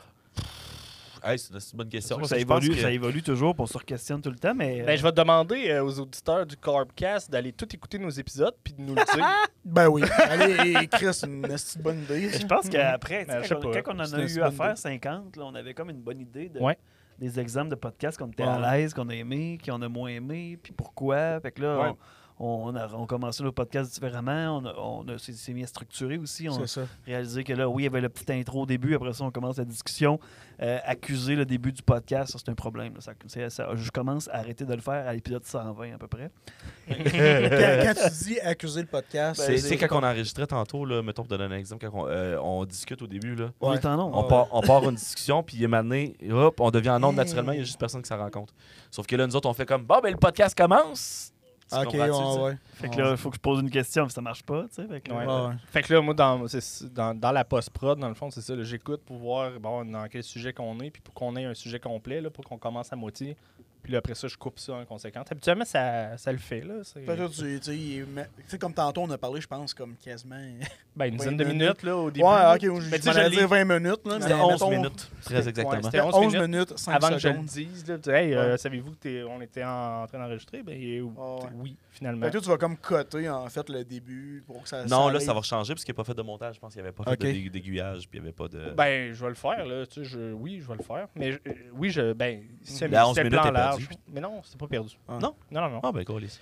B: Hey, c'est c'est une bonne
C: C'est
B: question.
C: sûr que Ça
B: Je pense
C: évolue,
B: que-
C: ça évolue toujours, puis on se re-questionne tout le temps, mais.
D: Ben, je vais demander euh, aux auditeurs du Corbcast d'aller tout écouter nos épisodes puis de nous le dire.
A: Ben oui. Allez, Chris, c'est une esti de bonne idée. ça.
C: Je pense qu'après, tu
D: Ben,
C: sais,
D: je sais
C: quand,
D: pas.
C: quand on en
A: C'est
C: a
A: une
C: eu
A: bonne
C: à faire
A: idée.
C: 50, là, on avait comme une bonne idée de-
D: Ouais.
C: des exemples de podcasts qu'on était
A: Ouais.
C: à l'aise, qu'on a aimé, qu'on a moins aimé, puis pourquoi. Fait que là,
D: Ouais.
C: on, on a, on commençait nos podcasts différemment, on, a- on a- c'est- c'est bien structuré aussi. On a
A: C'est ça.
C: réalisé que là, oui, il y avait le petit intro au début, après ça, on commence la discussion. Euh, accuser le début du podcast, ça, c'est un problème. là. Ça- c'est- ça- je commence à arrêter de le faire à l'épisode 120 à peu près.
A: quand, quand tu dis accuser le podcast,
B: C'est-
C: Ben,
B: C'est quand on enregistrait tantôt, là, mettons pour donner un exemple, quand on, euh, on discute au début, là.
C: On
A: Ouais. Ah,
C: est en nombre.
B: On,
A: Ouais.
B: part, on part une discussion, puis maintenant, hop, on devient en onde naturellement, il y a juste personne qui s'en rend compte. Sauf que là, nous autres, on fait comme, bon, ben le podcast commence. Tu
A: Ok,
B: comprends-tu, tu sais?
A: on, ouais.
C: Fait que là, il faut que je pose une question, puis ça marche pas, tu sais. Fait que là,
D: Ouais.
A: Ouais, ouais.
D: Fait que là, moi, dans, c'est- dans, dans la post-prod, dans le fond, c'est ça. là, J'écoute pour voir bon, dans quel sujet qu'on est, puis pour qu'on ait un sujet complet, là, pour qu'on commence à moitié. Puis là, après ça, je coupe ça en conséquence. Habituellement, ça, ça le fait. Là, c'est-
A: Fait que tu- tu sais, il est- mais- tu sais, comme tantôt, on a parlé, je pense, comme quasiment.
D: ben, une dizaine
A: Ouais,
D: de minutes là, au début.
A: ouais, ok, je
D: Mais
A: je
D: tu sais,
A: m'en
D: je
A: allais
D: l'ai-
A: dire 20 minutes. Là,
B: C'était
A: mais
B: 11
A: mettons-
B: minutes, très exactement.
D: c'était
A: C'était
D: 11
A: 11
D: minutes
A: minutes, 5
D: Avant que je le
A: secondes.
D: dise, là, tu dis, hey, euh,
A: Ouais.
D: savez-vous qu'on était en, en train d'enregistrer? Ben, et-
A: Ah ouais.
D: Oui, finalement.
A: Fait que toi, tu vas comme coter, en fait, le début pour que ça.
B: Non, là,
A: aille.
B: ça va changer parce qu'il n'y a pas fait de montage. Je pense qu'il n'y avait pas fait
A: Ok. Oh,
B: de dé- d'aiguillage, puis il n'y avait pas de.
D: Ben, je vais le faire, là. Tu sais, je- oui, je vais le faire. Mais je- euh, oui, je. Ben, c'est
B: La 11
D: c'était
B: minutes
D: plan
B: est perdue.
D: large. Mais non, c'est pas perdu.
A: Ah.
D: Non, non, non. non.
B: Ah, ben, câlisse.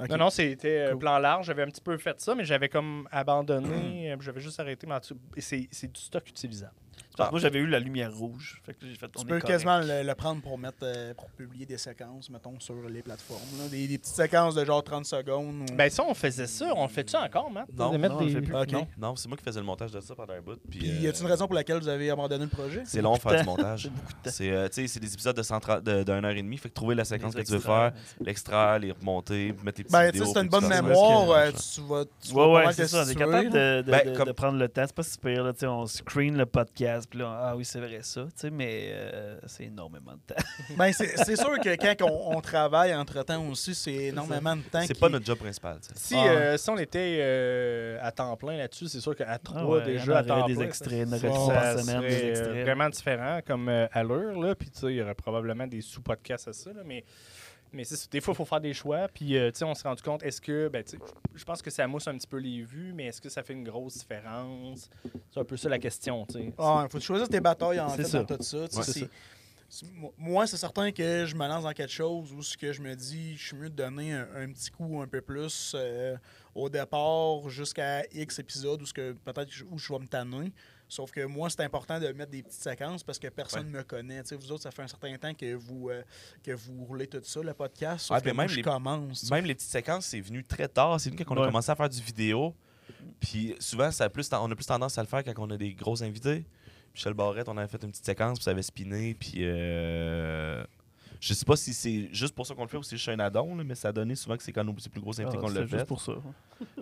A: Ok.
D: Non, non, c'était euh,
A: Cool.
D: plan large. J'avais un petit peu fait ça, mais j'avais comme abandonné. euh, J'avais juste arrêté. Mais en dessous- et c'est c'est du stock utilisable.
B: Ah.
C: Parce que moi, j'avais eu la lumière rouge. Fait que j'ai fait, on
A: Tu
C: est
A: peux
C: correct.
A: quasiment le, le prendre pour mettre euh, pour publier des séquences, mettons, sur les plateformes. là. Des, des petites séquences de genre 30 secondes. ou-
D: Ben, ça, on faisait ça. On le fait ça encore, Matt?
B: Non,
D: De mettre
C: non, on le
D: des-
C: fait plus.
A: Ok.
D: Non.
B: Non, c'est moi qui faisais le montage de ça pendant un bout. Puis,
A: Puis,
B: euh,
A: y a-t-il une raison pour laquelle vous avez abandonné le projet
B: C'est long faire du montage.
C: C'est beaucoup de temps.
B: C'est euh, tu sais, c'est des épisodes de 130 de- d'une heure et demie. Fait que trouver la séquence
C: Les
B: que tu veux
C: extras,
B: faire, l'extraire, les remonter, puis mettre tes petites
A: Ben, tu
B: vidéos.
A: sais, si t'as une
B: puis
A: bonne
B: tu fasses-
A: mémoire,
B: Ouais,
A: euh, tu vas. Tu vas
C: Ouais,
A: pas
C: ouais,
A: mal
C: c'est
A: te
C: ça. On est
A: situer,
C: capable
A: là.
C: de, de-
B: Ben,
C: de-
B: comme-
C: de prendre le temps. C'est pas si pire. Là, tu sais, on screen le podcast. Puis là, ah oui, c'est vrai ça. tu sais, Mais euh, c'est énormément de temps.
A: Ben, c'est c'est sûr que quand on, on travaille entre-temps aussi, c'est énormément de temps.
B: C'est
A: qui-
B: pas notre job principal. tu sais.
D: Si,
A: Ah, ouais.
D: euh, si on était euh, à temps plein là-dessus, c'est sûr qu'à
C: Ah
D: trois
C: ouais, on
D: déjà, à
C: aurait
D: temps
C: des
D: plein,
C: extraits, on aurait
A: ça-
C: trois
D: ça
C: par semaine,
D: serait,
C: des
D: euh,
C: extraits.
D: vraiment différent comme euh, allure. Là. Puis, tu sais, il y aurait probablement des sous-podcasts à ça. là, mais mais c'est ça. des fois, il faut faire des choix. Puis, euh, tu sais, on s'est rendu compte, est-ce que, ben, tu sais, je pense que ça mousse un petit peu les vues, mais est-ce que ça fait une grosse différence? C'est un peu ça la question, tu sais.
A: Ah, faut choisir tes batailles en
C: C'est
A: fait
C: ça.
A: dans tout ça. tu sais,
B: Ouais,
A: c'est-
B: c'est ça.
A: c'est- mo- Moi, c'est certain que je me lance dans quelque chose où ce que je me dis, je suis mieux de donner un, un petit coup un peu plus euh, au départ jusqu'à X épisodes où ce que peut-être je- où je vais me tanner. Sauf que moi, c'est important de mettre des petites séquences parce que personne ne me connaît. Tu sais, vous autres, ça fait un certain temps que vous, euh, que vous roulez tout ça, le podcast. Sauf
B: Ouais,
A: que
B: puis
A: moi,
B: même
A: je
B: les-
A: commence. tu sais.
B: Même les petites séquences, c'est venu très tard. C'est venu quand on a
C: Ouais.
B: commencé à faire du vidéo. Puis souvent, ça a plus ten- on a plus tendance à le faire quand on a des gros invités. Michel Barrette, on avait fait une petite séquence, puis ça avait spiné. Puis euh, Je sais pas si c'est juste pour ça qu'on le fait ou si c'est juste un add-on, là, mais ça a donné souvent que c'est quand nos plus gros invités
C: Ah,
B: qu'on le
C: c'était
B: fait.
C: juste pour ça.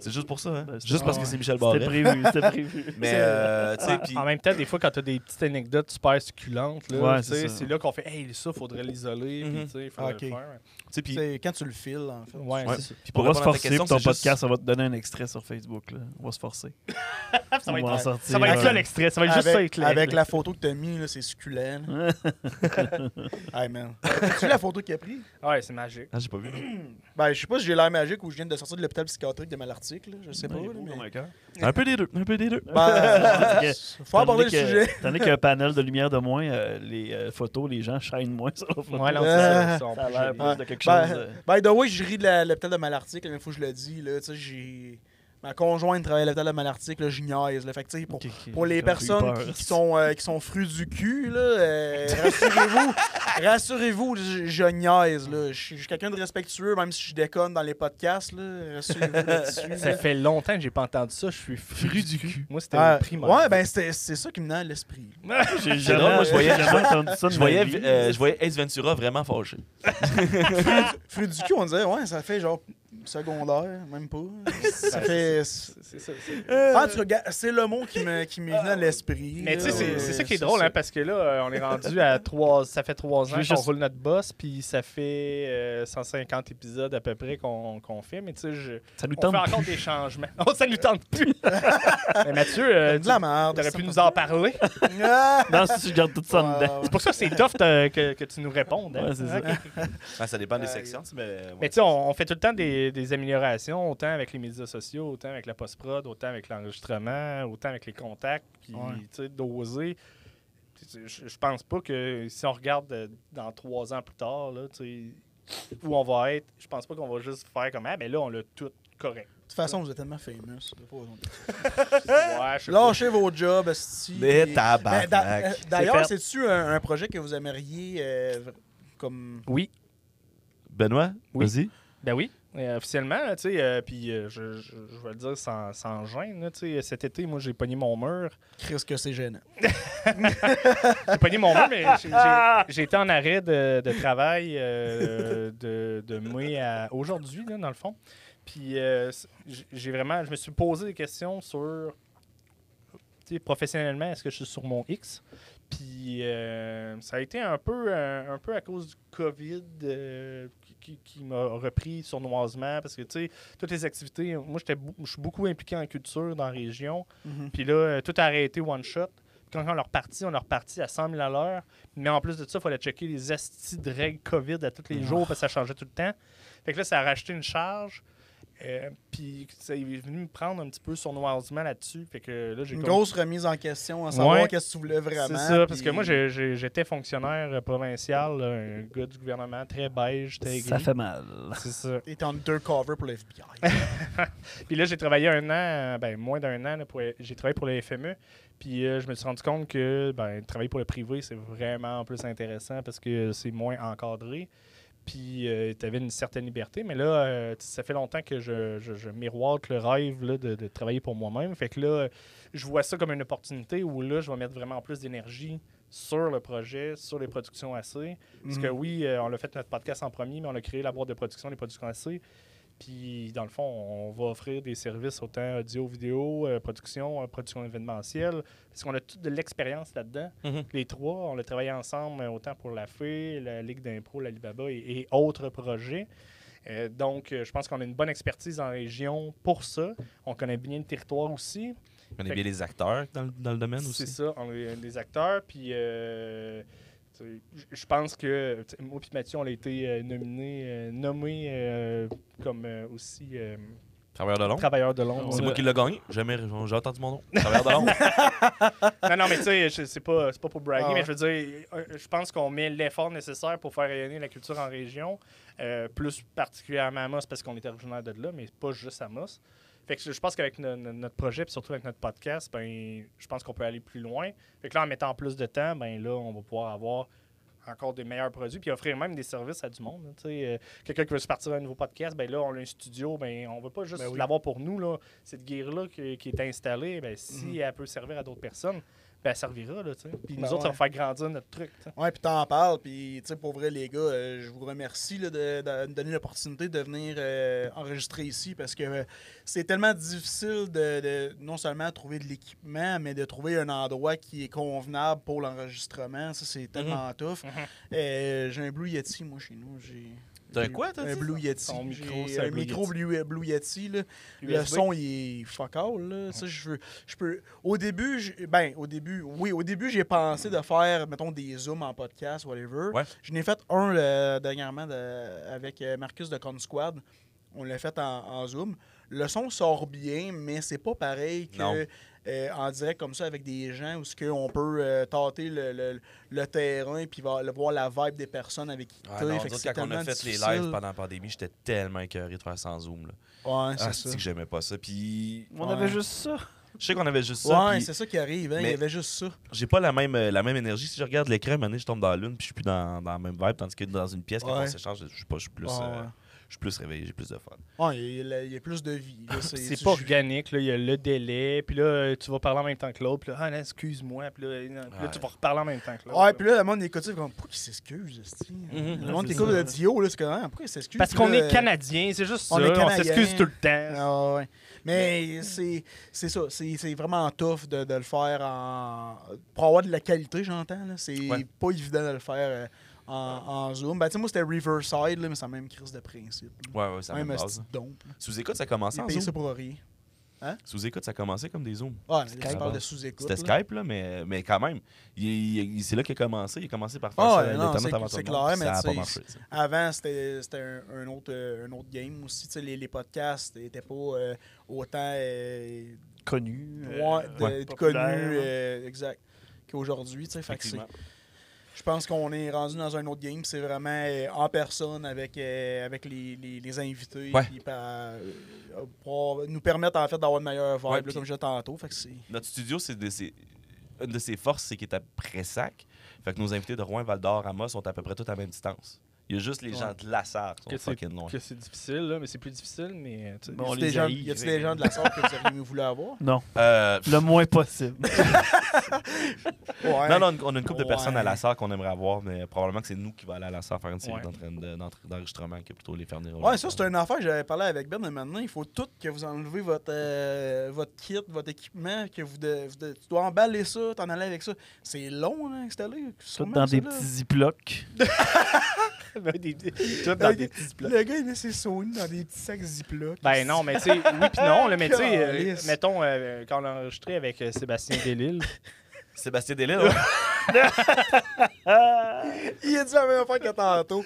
B: C'est juste pour ça, hein?
C: Ben, c'était-
B: juste parce
D: ah
B: que
D: ouais.
B: c'est Michel
C: C'était Ah,
B: Barret.
C: prévu, c'était prévu.
B: Mais, euh, tu sais,
D: En-
B: puis-
D: En même temps, des fois, quand t'as des petites anecdotes super succulentes, là,
C: Ouais,
D: tu sais,
C: c'est ça.
D: c'est là qu'on fait Hey, ça, faudrait l'isoler,
B: Mhm.
D: puis tu sais, faudrait
A: Ah, ok.
D: le faire.
B: tu sais, puis-
A: C'est quand tu le files, en fait.
D: Ouais,
B: Ouais.
D: c'est ça.
B: puis
C: On
B: pour
C: va
B: répondre à
C: se
B: ta
C: forcer
B: question,
C: pour ton
B: c'est juste-
C: podcast, on va te donner un extrait sur Facebook. Là. On va se forcer.
D: Ça va
C: on va en
D: être-
C: sortir.
D: ça va être
C: euh,
D: ça l'extrait, ça va être juste ça
A: Avec,
D: éclair.
A: avec la photo que t'as mis, là, c'est succulent. là. hey man. tu la photo qu'il a prise?
D: Ouais, c'est magique.
B: Ah, j'ai pas vu.
A: Ben, je sais pas si j'ai l'air magique ou je viens de sortir de l'hôpital psychiatrique de Malartic, là. Je sais pas.
C: Ouais, Ben, il est
A: là,
C: beau
A: mais-
C: comme un cœur.
B: un peu des deux, un peu des deux.
A: Ben, faut
C: Tandis
A: aborder le
C: que-
A: sujet.
C: Tandis qu'un panel de lumière de moins, euh, les euh, photos, les gens shine moins sur la photo.
D: Ouais, non,
A: Euh,
D: c'est ça,
C: ça a l'air
D: ça.
C: plus
A: Ouais.
C: de quelque chose.
A: Ben,
C: euh,
A: By the way, je ris de la- l'hôpital de Malartic, la même fois que je le dis. Là, tu sais, j'ai... Ma conjointe travaille à l'hôpital de Malartic, là, je niaise. Là, fait que, tu sais, pour,
C: qui- qui-
A: pour les
C: qui ont eu
A: personnes
C: peur.
A: qui, qui sont, euh, qui sont fruits du cul, là, euh, rassurez-vous, rassurez-vous, je, je niaise. Là. Je, suis je suis quelqu'un de respectueux, même si je déconne dans les podcasts. Là, rassurez-vous là-dessus.
D: Ça
A: là.
D: fait longtemps que j'ai pas entendu ça, je suis fru du cul. Moi, c'était
A: Ah,
D: le primaire.
A: ouais, ben c'était- c'est ça qui me venait à l'esprit.
C: J'ai
B: C'est drôle,
C: jamais
B: moi, je voyais-
C: j'ai jamais entendu ça de
B: Je
C: ma
B: voyais,
C: vie.
B: euh, je voyais Ace Ventura vraiment fâché.
A: Fruits du cul, on dirait, ouais, ça fait genre secondaire, même pas. Ça fait...
D: C'est Ben, ça, c'est-
A: Ah, tu regardes, c'est le mot qui me- qui m'est venu à
D: Ah,
A: l'esprit.
D: Mais tu sais,
A: là,
D: c'est
A: ouais,
D: c'est ça qui est drôle, hein, parce que là, euh, on est rendu à trois. Ça fait trois
C: Je
D: ans
C: veux
D: qu'on
C: juste-
D: roule notre boss, puis ça fait euh, 150 épisodes à peu près qu'on qu'on fait. Mais tu sais, je-
C: Ça nous
D: on
C: tente
D: fait encore des changements. Oh, ça nous tente plus. mais Mathieu, euh,
A: C'est de la merde.
D: tu aurais pu nous en parler.
A: Ah!
C: Non, si je garde tout ça en dedans.
D: C'est pour ça que c'est tough euh, que, que tu nous répondes. hein.
C: Ouais, c'est ça.
D: Ok.
B: Ah, ça dépend des
A: Ah,
B: sections, mais. euh, ouais.
D: Mais tu sais, on, on fait tout le temps des, des améliorations, autant avec les médias sociaux, autant avec la post-prod, autant avec l'enregistrement, autant avec les contacts, puis
A: Ouais.
D: tu sais, doser. Tu sais, Je je pense pas que si on regarde euh, dans trois ans plus tard, là, tu sais, où on va être, je pense pas qu'on va juste faire comme Ah, ben là, on l'a tout correct.
A: De toute façon, vous êtes tellement famous. là, pas-
D: Hein? Ouais, je sais pas.
A: Lâchez vos jobs, esti.
B: Mais
A: Et- Ben,
B: tabarnak.
A: d'a- euh, D'ailleurs,
C: C'est
A: c'est-tu un, un projet que vous aimeriez euh, v- comme.
D: Oui,
B: Benoît,
D: Oui.
B: vas-y.
D: ben oui. Euh, officiellement, là, tu sais, euh, puis euh, je, je, je vais le dire sans, sans gêne, là, tu sais, cet été, moi, j'ai pogné mon mur.
A: Chris, que c'est gênant.
D: J'ai pogné mon mur, mais j'ai- j'ai- j'ai été en arrêt de, de travail euh, de, de mai à aujourd'hui, là, dans le fond. Puis euh, c- j'ai- j'ai vraiment, je me suis posé des questions sur, tu sais, professionnellement, est-ce que je suis sur mon X? Puis euh, ça a été un peu, euh, un, un peu à cause du COVID euh, qui, qui- qui m'a repris sournoisement parce que, tu sais, toutes les activités, moi, j'étais bou- je suis beaucoup impliqué en culture dans la région.
A: Mhm.
D: Puis là, euh, tout a arrêté one shot. Quand on est reparti, on est reparti à 100 000 à l'heure. Mais en plus de ça, il fallait checker les astis de règles COVID à tous les
A: Ah.
D: jours parce que ça changeait tout le temps. Fait que là, ça a racheté une charge. Euh, puis ça est venu me prendre un petit peu sournoisement là-dessus. Fait que là, j'ai
A: Une
D: comme-
A: grosse remise en question, à savoir
D: Ouais.
A: qu'est-ce que tu voulais vraiment.
D: c'est ça, parce
A: puis-
D: que moi, j'ai- j'ai- j'étais fonctionnaire euh, provincial, là, un gars du gouvernement très beige, très
C: Ça
D: gris.
C: fait mal.
D: C'est ça.
A: T'es en undercover pour le FBI.
D: Puis là, j'ai travaillé un an, euh, ben moins d'un an, là, pour- j'ai travaillé pour le FME. Puis euh, je me suis rendu compte que ben, travailler pour le privé, c'est vraiment plus intéressant parce que c'est moins encadré. Puis tu avais une certaine liberté. Mais là, euh, tu- ça fait longtemps que je, je, je miroite le rêve là, de, de travailler pour moi-même. Fait que là, euh, je vois ça comme une opportunité où là, je vais mettre vraiment plus d'énergie sur le projet, sur les productions assez. Parce
A: Mhm.
D: que oui, euh, on a fait notre podcast en premier, mais on a créé la boîte de production, les productions AC. Puis, dans le fond, on va offrir des services autant audio, vidéo, euh, production, euh, production événementielle. Parce qu'on a toute de l'expérience là-dedans.
B: Mhm.
D: Les trois, on a travaillé ensemble euh, autant pour la Fée, la Ligue d'impro, l'Alibaba et, et autres projets. Euh, donc, euh, je pense qu'on a une bonne expertise en région pour ça. On connaît bien le territoire aussi.
B: On
D: Fait
B: est bien les acteurs dans, le- dans le domaine
D: C'est
B: aussi.
D: ça, on est des acteurs. Puis euh, tu sais, j- je pense que tu sais, moi et Mathieu, on a été euh, nominés, euh, nommés euh, comme euh, aussi euh,
B: Travailleur de l'ombre.
D: travailleurs de l'ombre.
B: C'est
D: là.
B: moi qui l'ai gagné. Jamais, j'ai entendu mon nom. Travailleur de l'ombre.
D: Non, non, mais tu sais, je- c'est pas, c'est pas pour braguer,
A: Ah ouais.
D: mais je veux dire, euh, je pense qu'on met l'effort nécessaire pour faire rayonner la culture en région, euh, plus particulièrement à Amos, parce qu'on est originaire de là, mais pas juste à Amos. Fait que je je pense qu'avec no- no- notre projet, puis surtout avec notre podcast, ben, je pense qu'on peut aller plus loin. Fait que là, en mettant plus de temps, ben là, on va pouvoir avoir encore des meilleurs produits, puis offrir même des services à du monde. hein, tu sais. Euh, Quelqu'un qui veut se partir un nouveau podcast, ben là, on a un studio, ben on veut pas juste
A: Ben oui. Mhm.
D: l'avoir pour nous, là. Cette gear-là qui, qui est installée, ben, si elle peut servir à d'autres personnes, ben, ben, elle servira, là, tu sais. Puis
A: Ben
D: nous autres, ça
A: ouais.
D: va faire grandir notre truc, tu sais.
A: Ouais, puis t'en parles. Puis, tu sais, pour vrai, les gars, euh, je vous remercie là, de, de me donner l'opportunité de venir euh, enregistrer ici parce que euh, c'est tellement difficile de, de non seulement trouver de l'équipement, mais de trouver un endroit qui est convenable pour l'enregistrement. Ça,
B: Mhm.
A: c'est tellement tough. Euh, J'ai un Blue Yeti, moi, chez nous. J'ai.
B: T'as
A: j'ai
B: quoi, t'as
A: Un
B: dit?
A: Blue Yeti.
D: Son
A: J'ai
D: micro, c'est un
A: un
D: Blue
A: micro Blue, euh, Blue Yeti. Là. Le
C: USB.
A: son, il est fuck all, là. Tu sais, je veux- je peux... Au début, j'ai- ben, au début, oui, au début, j'ai pensé de faire, mettons, des zooms en podcast, whatever.
B: Ouais.
A: Je n'ai fait un euh, dernièrement de- avec euh, Marcus de Con Squad. On l'a fait en, en zoom. Le son sort bien, mais c'est pas pareil
B: Non.
A: que euh, en direct comme ça avec des gens où ce que on peut euh, tâter le, le- le terrain puis voir, voir la vibe des personnes avec qui
B: Ah,
A: t'es.
B: non,
A: Fait que
B: d'autres,
A: c'est
B: quand on a
A: tellement
B: fait les
A: difficile.
B: lives pendant la pandémie, j'étais tellement écœuré de faire sans zoom. Là.
A: Ouais, c'est
B: Ah,
A: ça.
B: c'est que j'aimais pas ça. Puis
C: On
A: Ouais.
C: avait juste ça.
B: je sais qu'on avait juste ça.
A: ouais,
B: puis
A: c'est ça qui arrive. hein. Il y
B: Mais-
A: avait juste ça.
B: j'ai pas la même, euh, la même énergie. Si je regarde l'écran, un moment donné, je tombe dans la lune, puis je suis plus dans, dans la même vibe. Tandis que dans une pièce, quand
A: Ouais.
B: on s'échange, je suis pas, je suis plus,
A: Ouais,
B: euh,
A: ouais.
B: je suis plus réveillé, j'ai plus de fun.
A: Ouais, Ah, il y a- il y, a- il y a plus de vie. là.
D: C'est
A: tu-
D: pas
A: je-
D: organique, là. Il y a le délai, puis là, euh, tu vas parler en même temps que l'autre, puis là, ah, là, excuse-moi, puis là, euh, non. Puis là,
B: Ouais.
D: tu vas reparler en même temps que l'autre.
A: Ouais,
D: là.
A: puis là, le monde écoute, c'est comme, pourquoi il s'excuse, esti?
D: Mm.
A: Le monde
C: c'est
A: écoute
C: ça.
A: le dio, là, c'est comme, Ah, pourquoi il s'excuse?
D: Parce
A: Puis
D: qu'on
A: là,
D: est Canadiens, c'est juste
A: on
D: ça.
A: est
D: On
A: Canadiens.
D: s'excuse tout le temps.
A: Ah, ouais. Mais c'est c'est ça, c'est c'est vraiment tough de, de le faire en. Pour avoir de la qualité, j'entends, là. C'est
B: Ouais.
A: pas évident de le faire euh, en, en Zoom. Ben, tu sais, moi, c'était Riverside, là, mais c'est la même crise de principe. là.
B: Ouais, ouais, ça
A: même
B: me
A: esti
B: base.
A: de dompe. là.
B: Sous écoute, ça commençait
A: Ils
B: en
A: payent ça
B: zoom.
A: pour rien.
B: Sous écoute, ça commençait comme des zooms.
A: Ouais, là,
B: Skype.
A: tu parles de sous-écoute.
B: C'était
A: là.
B: Skype, là, mais, mais quand même, il- il- il- c'est là qu'il a commencé. Il a commencé par faire
A: Ah,
B: ça,
A: ouais,
B: le
A: non,
B: Internet
A: c'est-
B: avant tout
A: c'est
B: le monde,
A: clair,
B: puis
A: mais
B: ça a pas
A: tu
B: marché.
A: sais,
B: ça.
A: Avant, c'était c'était un, un autre, euh, un autre game aussi. Tu sais, les, les podcasts n'étaient pas euh, autant euh,
C: Connu. euh,
A: loin de- de
C: ouais,
A: connus
C: populaire, hein.
A: euh, exact, qu'aujourd'hui. tu sais. Fait que c'est-
B: Effectivement.
A: Je pense qu'on est rendu dans un autre game. C'est vraiment euh, en personne avec, euh, avec les, les- les invités.
B: Ouais.
A: puis par- euh, pour nous permettre en fait, d'avoir une meilleure vibe,
B: Ouais,
A: là,
B: puis-
A: comme je disais tantôt. Fait que c'est-
B: Notre studio, c'est de ses- une de ses forces, c'est qu'il est à Pressac. Fait que nos invités de Rouen, Val d'Or, Amos sont à peu près tous à la même distance. Il y a juste les gens de la Sarre qui
D: Que
B: sont
D: c'est-
B: fucking loin.
D: que c'est difficile, là, mais c'est plus difficile, mais euh, tu sais,
C: Bon, On
A: y a-tu
C: les
A: des gens-
C: haït,
A: y a-tu
C: fait
A: des
C: que-
A: gens de la sorte que vous auriez voulu avoir?
C: Non,
B: Euh,
C: le moins possible.
A: Ouais.
B: Non, non, on a une couple de
A: Ouais.
B: personnes à la Sarre qu'on aimerait avoir, mais probablement que c'est nous qui va aller à la Sarre faire une série
D: Ouais.
B: d'entraîne- de- d'entre- d'enregistrement que plutôt les faire venir. au
A: Ouais,
B: Lac.
A: ça, c'est une affaire que j'avais parlé avec Ben maintenant. Il faut tout que vous enlevez votre, euh, votre kit, votre équipement, que vous, de- vous de- tu dois emballer ça, t'en aller avec ça. C'est long hein, à installer.
C: Tout
A: sûrement,
C: dans
A: ça,
C: des
A: là.
C: petits ziplocs.
D: des- des- tout dans des petits plats.
A: Le gars, il met ses saunes dans des petits sacs Ziploc.
D: Ben non, mais tu sais, oui puis non, là, mais tu sais, euh,
A: Calisse.
D: mettons, euh, quand on a enregistré avec euh, Sébastien Delille,
B: Sébastien Delisle, ouais.
A: Il a dit la même affaire que tantôt.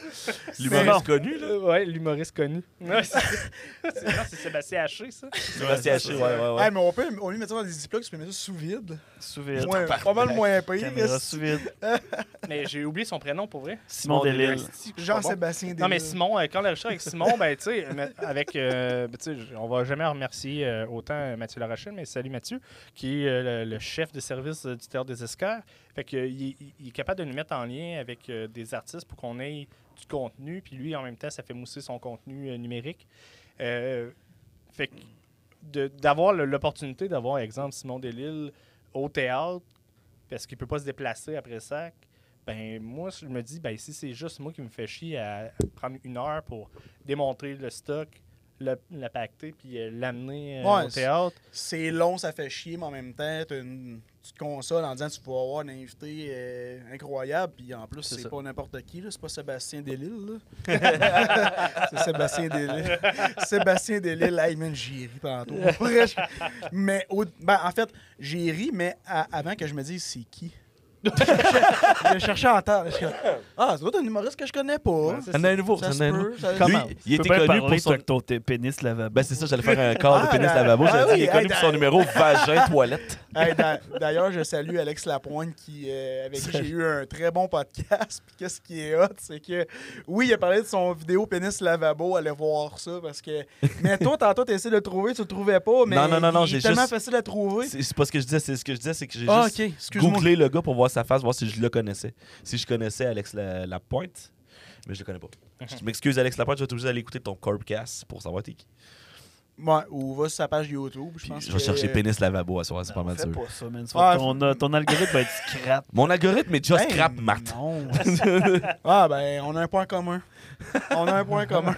B: l'humoriste connu, là.
D: Euh, ouais, l'humoriste connu. Ouais, c'est c'est- non, c'est Sébastien Haché, ça.
B: Sébastien Haché, ouais, ouais, ouais.
A: Ouais, mais on peut on lui mettre ça dans des Ziplocs, tu peux mettre ça sous vide.
C: Sous vide.
A: Moins- pas mal moins pire.
C: Caméra sous vide.
D: Mais j'ai oublié son prénom pour vrai.
C: Simon Delille.
D: Esti, je suis pas bon.
A: Jean-Sébastien
D: Non, mais
A: Delisle.
D: Simon, euh, quand on l'a enregistré avec Simon, ben tu sais, mais avec. euh, ben, tu sais, j- on va jamais remercier euh, autant euh, Mathieu Larochelle, mais salut Mathieu, qui est euh, le, le chef de service euh, du Théâtre des Escars. Fait que, euh, il, il- il est capable de nous mettre en lien avec euh, des artistes pour qu'on ait du contenu, puis lui, en même temps, ça fait mousser son contenu euh, numérique. Euh, fait que de- d'avoir le- l'opportunité d'avoir, exemple, Simon Delille au théâtre, parce qu'il peut pas se déplacer après ça, ben moi, je me dis, ben si c'est juste moi qui me fais chier à prendre une heure pour démontrer le stock, le, le pacter, puis euh, l'amener euh,
A: Ouais,
D: au théâtre,
A: C'est long, ça fait chier, mais en même temps, t'as une petite console en disant tu peux avoir un invité euh, incroyable, puis en plus,
C: C'est
A: c'est
C: ça.
A: pas n'importe qui, là, c'est pas Sébastien Delille. là. c'est Sébastien Delille. Sébastien Delille, hey man, j'y ai ri tantôt. Pour vrai, je- mais au- ben, en fait, j'ai ri, mais à- avant que je me dise c'est qui. je cherchais en temps. là, je suis comme, Ah, c'est un humoriste que je connais pas.
D: Ouais, c'est
B: C'en est un nouveau,
A: Ça
B: c'en
A: se
B: est un nouveau.
A: peut, ça-
B: Lui,
C: Comment?
B: il
C: Tu
B: était
C: peux pas
B: connu
C: parler,
B: pour
C: toi,
B: son-
C: que ton t- pénis lavable.
B: Ben c'est ça, j'allais faire un corps de
A: Ah,
B: pénis
A: ben-
B: lavabo.
A: ah
B: J'allais dire, il
A: oui,
B: est connu
A: hey,
B: pour son
A: ben-
B: numéro vagin toilette.
A: Hey, d'a- D'ailleurs, je salue Alex Lapointe qui, euh, avec qui j'ai eu un très bon podcast. Puis qu'est-ce qui est hot, c'est que oui, il a parlé de son vidéo pénis lavabo. Allez voir ça parce que. Mais toi, tantôt, t'as essayé de le trouver, tu le trouvais pas. Mais
B: Non, non, non, non,
A: il est
B: j'ai
A: tellement
B: juste-
A: facile à trouver.
B: C'est c'est pas ce que je disais, c'est ce que je disais, c'est que j'ai
A: Ah,
B: juste
A: ok, excuse-moi.
B: googlé le gars pour voir sa face, voir si je le connaissais. Si je connaissais Alex La- Lapointe,
A: Mhm.
B: mais je le connais pas. Je m'excuse Alex Lapointe, je vais t'obliger d'aller écouter ton Corbcast pour savoir t'es qui.
A: Ouais, ou va sur sa page YouTube, je
B: Puis
A: pense.
B: je vais
A: que-
B: chercher pénis lavabo à soir, c'est pas mal
C: Fais
B: sûr.
C: pas ça, man. Tu
A: Ah,
C: vas- ton, euh, ton algorithme va être scrap.
B: Mon algorithme est just
A: Hey,
B: crap, Marthe.
A: Ben non. ah, ben, on a un point commun. On a un point commun.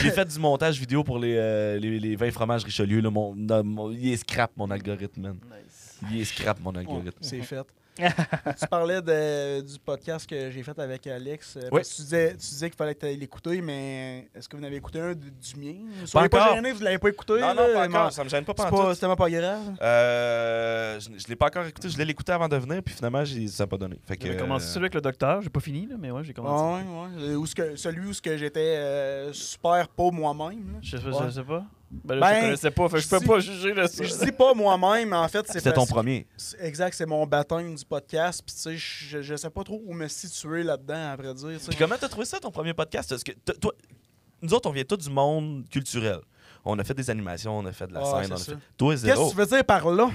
B: J'ai fait du montage vidéo pour les, euh, les, les 20 fromages Richelieu. Là, mon, non, mon- il est scrap, mon algorithme, man.
C: Nice.
B: Il est scrap, mon
A: Ouais,
B: algorithme.
A: c'est fait. tu parlais de- du podcast que j'ai fait avec Alex. euh,
B: Oui.
A: parce que tu disais, tu disais qu'il fallait que tu l'écouter, mais est-ce que vous en avez écouté un du, du mien? Soyez
B: encore.
A: pas gêné, vous l'avez pas écouté.
B: Non, non,
A: là,
B: pas
A: mais
B: encore. Ça me gêne pas,
A: C'est
B: pas
A: pas- c'est tellement pas grave.
B: Euh, je je l'ai pas encore écouté. Je l'ai écouté avant de venir, puis finalement, j'ai- ça n'a pas donné. Fait que,
C: J'avais commencé celui avec le docteur, j'ai pas fini, là, mais ouais, j'ai commencé.
A: Ouais, ouais. Euh, Ou ce que, celui où ce que j'étais euh, super pas moi-même. là.
C: Je sais,
A: Ouais.
C: je sais pas. Ben, là,
A: Ben,
C: je connaissais pas, fait que je
A: si-
C: peux pas juger là-dessus.
A: Je dis pas moi-même, en fait, c'est
B: C'était ton
A: parce que-
B: premier.
A: C'est- Exact, c'est mon baptême du podcast. Puis, tu sais, je, je sais pas trop où me situer là-dedans, après dire. tu sais.
B: Puis comment t'as trouvé ça, ton premier podcast? Parce que t- toi, nous autres, on vient tous du monde culturel. On a fait des animations, on a fait de la
A: Ah,
B: scène.
A: c'est
B: On a
A: ça.
B: fait... Toi,
A: Qu'est-ce que
B: zéro.
A: tu veux dire par là?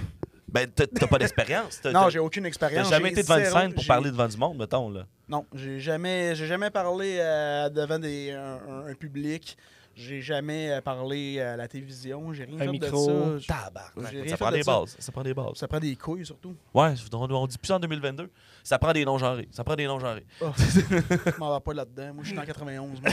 B: Ben, t'as- t'as pas d'expérience. T'as-
A: Non,
B: t'as-
A: j'ai aucune
B: T'as
A: expérience.
B: jamais
A: J'ai
B: été devant une
A: zéro-
B: scène pour
A: j'ai-
B: parler devant du monde, mettons, là.
A: Non, j'ai jamais, j'ai jamais parlé euh, devant des, un, un- un public. J'ai jamais euh, parlé à la télévision. J'ai rien
D: Un
A: fait
D: micro.
A: de ça. Tabarnak, j'ai rien
B: Ça
A: fait
B: prend
A: de
B: des
A: ça.
B: bases. Ça prend des bases.
A: Ça prend des couilles, surtout.
B: Ouais, je vous donne- on dit plus en 2022. Ça prend des non-genrés. Ça prend des non-genrés.
A: Oh, je m'en vais pas là-dedans. Moi, je suis en 91. moi.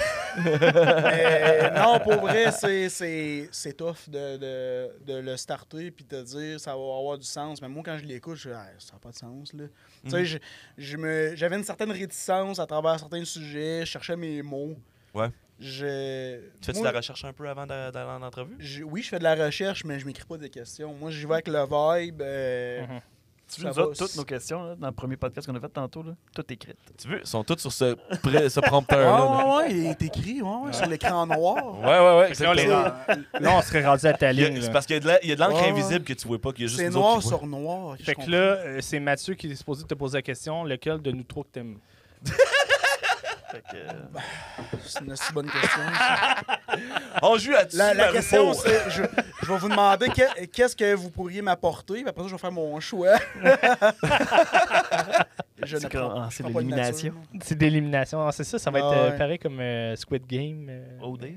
A: Mais non, pour vrai, c'est- c'est c'est tough de, de- de le starter puis de dire ça va avoir du sens. Mais moi, quand je l'écoute, je dis Ah, ça n'a pas de sens. là. Tu
B: Mm.
A: sais, je- je me- j'avais une certaine réticence à travers certains sujets. Je cherchais mes mots.
B: Ouais.
A: Je,
B: Tu fais-tu
A: moi,
B: la recherche un peu avant d'a- d'aller en entrevue?
A: je- oui, je fais de la recherche, mais je m'écris pas des questions. Moi, j'y vais avec le vibe. euh,
D: Mhm.
C: Tu
A: ça
C: nous
A: va.
C: autres, toutes nos questions là, dans le premier podcast qu'on a fait tantôt, là, tout écrit.
B: Tu veux? Ils sont tous sur ce, pré- ce
A: Ouais,
B: prompteur-là. là.
A: ouais, ouais, il est écrit ouais, ouais, sur l'écran noir. euh,
B: Ouais, ouais, ouais.
D: Fait que là, on les
B: exactement.
D: rend- Là, on serait rendu à ta
B: Il y a-
D: ligne. là.
B: C'est parce qu'il y a de la- il y a de l'encre
A: Ouais, ouais.
B: invisible que tu vois pas, qu'il y a juste
A: C'est
B: nous autres
A: noir
B: qui voient.
A: sur noir. je
D: Fait que
A: comprends.
D: là, euh, c'est Mathieu qui est supposé te poser la question lequel de nous trois que t'aimes
C: Fait que, euh,
A: C'est une aussi bonne question.
B: On joue à dessus
A: La, la question, c'est je, je vais vous demander que- qu'est-ce que vous pourriez m'apporter, puis après ça, je vais faire mon choix. je
C: C'est
A: ne prends-
C: quand-
A: je
C: c'est
A: prends pas de
C: l'élimination.
A: nature,
D: C'est d'élimination. Ah, c'est ça, ça va
A: Ah
D: être euh,
A: ouais.
D: pareil comme euh, Squid Game. euh,
C: OD, là.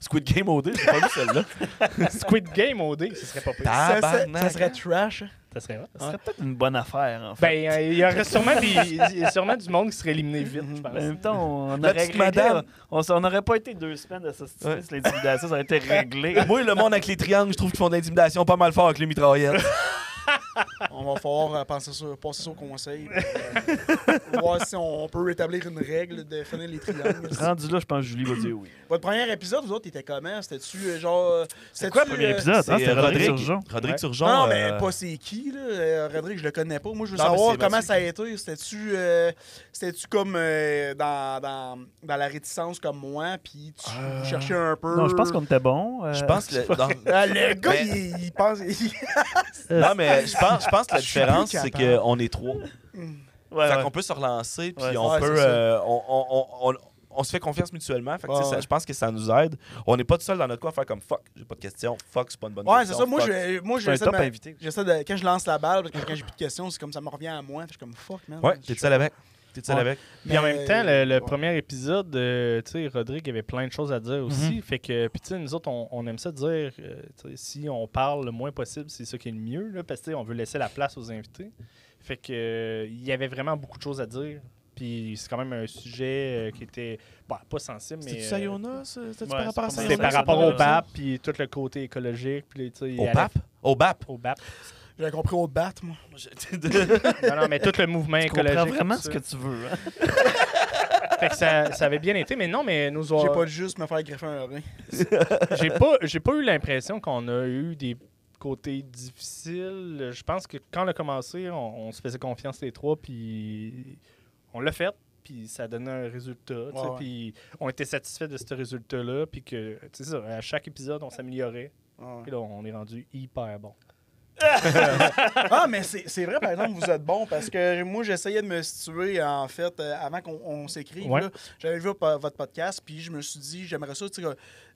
B: Squid Game OD, j'ai pas vu celle-là.
D: Squid Game OD, ce serait pas pire.
A: non. Ça, ça-
B: Tabarnak.
A: ça serait trash.
D: Ça serait hot.
C: Ce serait peut-être une bonne affaire, en fait.
D: Ben, euh, il y aurait sûrement, des- il y a sûrement du monde qui serait éliminé vite, je
C: en
D: pense.
C: même temps, on
B: La
C: aurait
B: petite
C: réglé,
B: madame.
C: là. On s- on n'aurait pas été deux semaines à s'assister
B: Ouais.
C: sur l'intimidation, ça aurait été réglé.
B: Moi, le monde avec les triangles, je trouve qu'ils font de l'intimidation pas mal fort avec les mitraillettes.
D: Ah,
A: On va falloir euh, penser sur, passer sur conseil. puis, euh, voir si on peut établir une règle de finir les triangles.
C: Rendu là, je pense que Julie va dire oui.
A: Votre premier épisode, vous autres, était comment? C'était-tu euh, genre. euh, c'était-tu,
C: quoi le premier
A: euh,
C: épisode? Attends, c'était Rodrigue Turgeon.
B: Rodrigue
D: Ouais.
B: Turgeon.
A: Non,
B: euh,
A: mais pas c'est qui, là. Euh, Rodrigue, je le connais pas. Moi, je veux
B: Non, mais
A: savoir
B: c'est
A: comment
B: Mathieu
A: ça a été. C'était-tu euh, c'était-tu comme euh, dans, dans, dans la réticence comme moi, puis tu
B: Euh,
A: cherchais un peu.
C: Non, je pense qu'on Ben, était bon. euh,
B: Je pense que. le- dans-
A: Ah, le gars,
B: Mais-
A: il, il pense. il-
B: Non, mais je pense, je pense que la
A: Je suis plus
B: différence, c'est
A: capable.
B: qu'on est trois.
C: Ouais,
B: fait
C: ouais.
B: qu'on peut se relancer, puis
C: Ouais,
B: on
A: ouais,
B: peut.
A: c'est ça.
B: euh, on, on- on- on- on se fait confiance mutuellement. Fait que, tu sais,
A: Ouais,
B: ça-
A: ouais.
B: je pense que ça nous aide. On n'est pas tout seul dans notre coin à faire comme fuck, j'ai pas de question, fuck, c'est pas une bonne
A: Ouais, c'est
B: question.
A: ça. Moi,
B: fuck.
A: je, moi
C: Je suis un
A: j'essaie de,
C: top
A: me-
C: invité.
A: j'essaie de- Quand je lance la balle, parce que quand j'ai plus de questions, c'est comme ça me revient à moi. Je suis comme fuck, man.
B: Ouais, t'es
A: Je-
B: tout seul avec. T'es tout seul
A: Ouais.
B: avec.
D: Puis en
A: Mais-
D: même temps, le, le
A: Ouais.
D: premier épisode, euh, tu sais, Rodrigue avait plein de choses à dire aussi.
C: Mhm.
D: Fait que, puis tu sais, nous autres, on, on aime ça dire, euh, tu sais, si on parle le moins possible, c'est ça qui est le mieux, là, parce que tu sais, on veut laisser la place aux invités. Fait que, euh, il y avait vraiment beaucoup de choses à dire. Puis c'est quand même un sujet euh, qui était, bah, pas sensible, mais.
B: C'était-tu
D: euh,
B: Sayona? ça? C'était-tu
C: ouais,
B: par rapport à
C: c'est pas mal.
B: Sayona?
D: C'était
C: Sayona,
D: par rapport au
C: ça?
D: BAP, puis tout le côté écologique, puis tu sais, il
B: Au
D: allait-
B: BAP? Au BAP?
D: Au BAP.
A: J'avais compris au bat, moi.
D: Non, non, mais tout le mouvement
C: Tu
D: écologique.
C: comprends vraiment
D: tout
C: ce que
D: ça.
C: tu veux. hein?
D: Fait que ça, ça avait bien été, mais non, mais nous
A: J'ai
D: on-
A: pas juste me faire greffer un rein.
D: J'ai pas, j'ai pas eu l'impression qu'on a eu des côtés difficiles. Je pense que quand on a commencé, on, on se faisait confiance les trois, puis on l'a fait, puis ça donnait un résultat. tu sais,
A: Ouais, ouais.
D: Puis on était satisfait de ce résultat-là, puis que, tu sais, ça, à chaque épisode, on s'améliorait.
A: Ouais.
D: Puis là, on est rendu hyper bon.
A: Ah, mais c'est c'est vrai, par exemple, vous êtes bon parce que moi, j'essayais de me situer, en fait, euh, avant qu'on on s'écrive.
D: Ouais.
A: là. J'avais vu po- votre podcast, puis je me suis dit, j'aimerais ça, tu sais,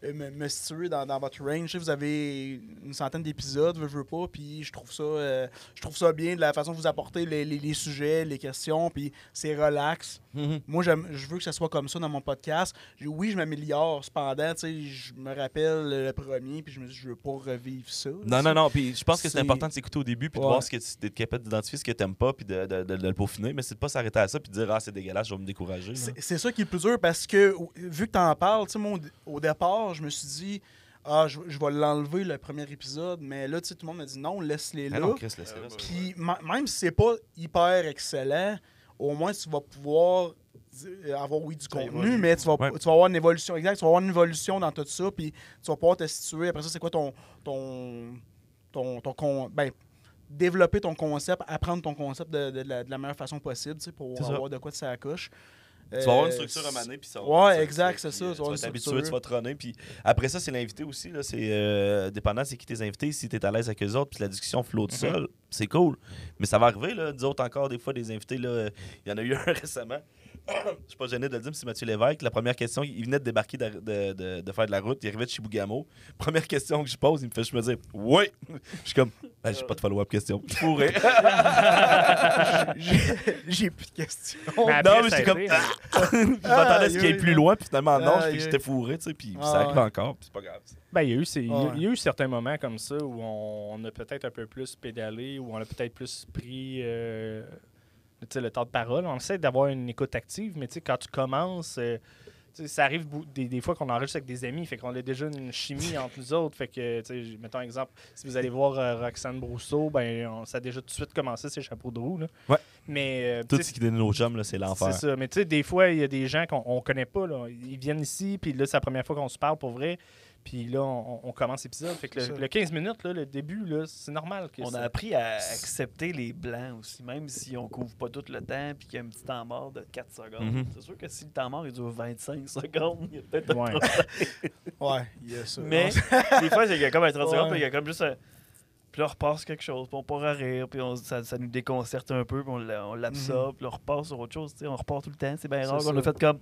A: euh, me, me situer dans, dans votre range. Tu sais, Vous avez une centaine d'épisodes, veux, veux pas, puis je trouve ça euh, je trouve ça bien de la façon que vous apportez les, les- les sujets, les questions, puis c'est relax. Moi, j'aime- je veux que ça soit comme ça dans mon podcast. J'ai- Oui, je m'améliore, cependant, tu sais, je me rappelle le premier, puis je me dis, je veux pas revivre ça.
B: Non, non, non. Puis je pense que
A: C'est-
B: c'est important de s'écouter au début, puis de
A: Ouais.
B: voir ce que tu es capable d'identifier, ce que t'aimes pas, puis de, de- de- de le peaufiner. Mais c'est de pas s'arrêter à ça, puis de dire Ah, c'est dégueulasse, je vais me décourager. là.
A: C'est c'est ça qui est le plus dur parce que, au- vu que tu en parles, tu sais, moi, au dé- au départ, je me suis dit, ah, je, je vais l'enlever le premier épisode, mais là, tu sais, tout le monde m'a dit non, laisse-les
B: Ah
A: là.
B: non, Chris, laisse-le, laisse-le.
A: Puis, ma- même si c'est pas hyper excellent, au moins, tu vas pouvoir di- euh, avoir, oui, du contenu,
C: évolue.
A: mais tu vas,
B: Ouais.
A: tu vas avoir une évolution exacte, tu vas avoir une évolution dans tout ça, puis tu vas pouvoir te situer. Après ça, c'est quoi ton. ton, ton, ton con- ben, développer ton concept, apprendre ton concept de, de la, de la meilleure façon possible tu sais, pour
D: C'est ça.
A: avoir de quoi de ça coche.
B: Tu vas avoir une structure à maner, puis ça va-
A: Euh, Ouais,
B: ça-
A: exact, c'est
B: puis,
A: ça,
B: euh,
A: tu vas
B: Tu
A: avoir
B: vas
A: une
B: t'habituer,
A: structure.
B: tu vas te runner, puis après ça, c'est l'invité aussi. Là, c'est euh, dépendant, c'est qui tes invités, si t'es à l'aise avec eux autres, puis la discussion flotte
A: Mm-hmm.
B: seule, c'est cool. Mais ça va arriver, là, nous autres encore, des fois, des invités, là, euh, il y en a eu un récemment. Je suis pas gêné de le dire, mais c'est Mathieu Lévesque. La première question, il venait de débarquer d'ar- de, de- de faire de la route, il arrivait de Chibougamau. Première question que je pose, il me fait je me dire Oui! Je suis comme Ben, j'ai pas de follow-up question. Je pourrais.
A: J'ai j'ai plus de questions.
B: non, mais j'étais comme.
D: été, hein.
B: Ah! je m'attendais à ce qu'il y ait
A: Aïe,
B: plus
A: aïe.
B: loin, puis finalement, non,
A: Aïe,
B: puis
A: aïe.
B: j'étais fourré, tu sais, puis
A: Ah,
B: ça arrive
A: ouais.
B: encore, puis c'est pas grave. ça.
D: Ben, il y a eu, ces- il y a-
A: Ouais.
D: il y a eu certains moments comme ça où on, on a peut-être un peu plus pédalé, où on a peut-être plus pris euh, tu sais, le temps de parole. On essaie d'avoir une écoute active, mais tu sais, quand tu commences, euh, tu sais, ça arrive bou- des, des fois qu'on enregistre avec des amis, fait qu'on a déjà une chimie entre nous autres. Fait que, tu sais, j- mettons un exemple, si vous allez voir euh, Roxane Brousseau, ben, on- ça a déjà tout de suite commencé ses chapeaux de roue. Là.
B: Ouais.
D: Mais euh, tu
B: Tout
D: sais,
B: ce qui donne nos jambes, là, c'est l'enfer.
D: c'est ça. Mais tu sais, des fois, il y a des gens qu'on on connaît pas. Là. Ils viennent ici, puis là, c'est la première fois qu'on se parle pour vrai. Puis là, on, on commence l'épisode. Fait que
A: C'est
D: le,
A: ça.
D: le 15 minutes, là, le début, là, c'est normal. Que
C: On
D: ça-
C: a appris à accepter les blancs aussi, même si on couvre pas tout le temps puis qu'il y a un petit temps mort de 4 secondes.
B: Mhm.
C: C'est sûr que si le temps mort il dure 25 secondes, il y a peut-être un
D: Ouais.
C: problème.
A: Ouais, il y a ça.
C: Mais des fois, il y a comme un 30 secondes,
A: Ouais.
C: puis il y a comme juste un. Puis là, on repasse quelque chose, puis on part à rire, puis on- ça, ça nous déconcerte un peu, puis on l'a- on l'absorbe, puis là, on repart sur autre chose, tu sais, on repart tout le temps. C'est bien
A: C'est
C: rare qu'on
A: Mhm. ça.
C: a fait comme.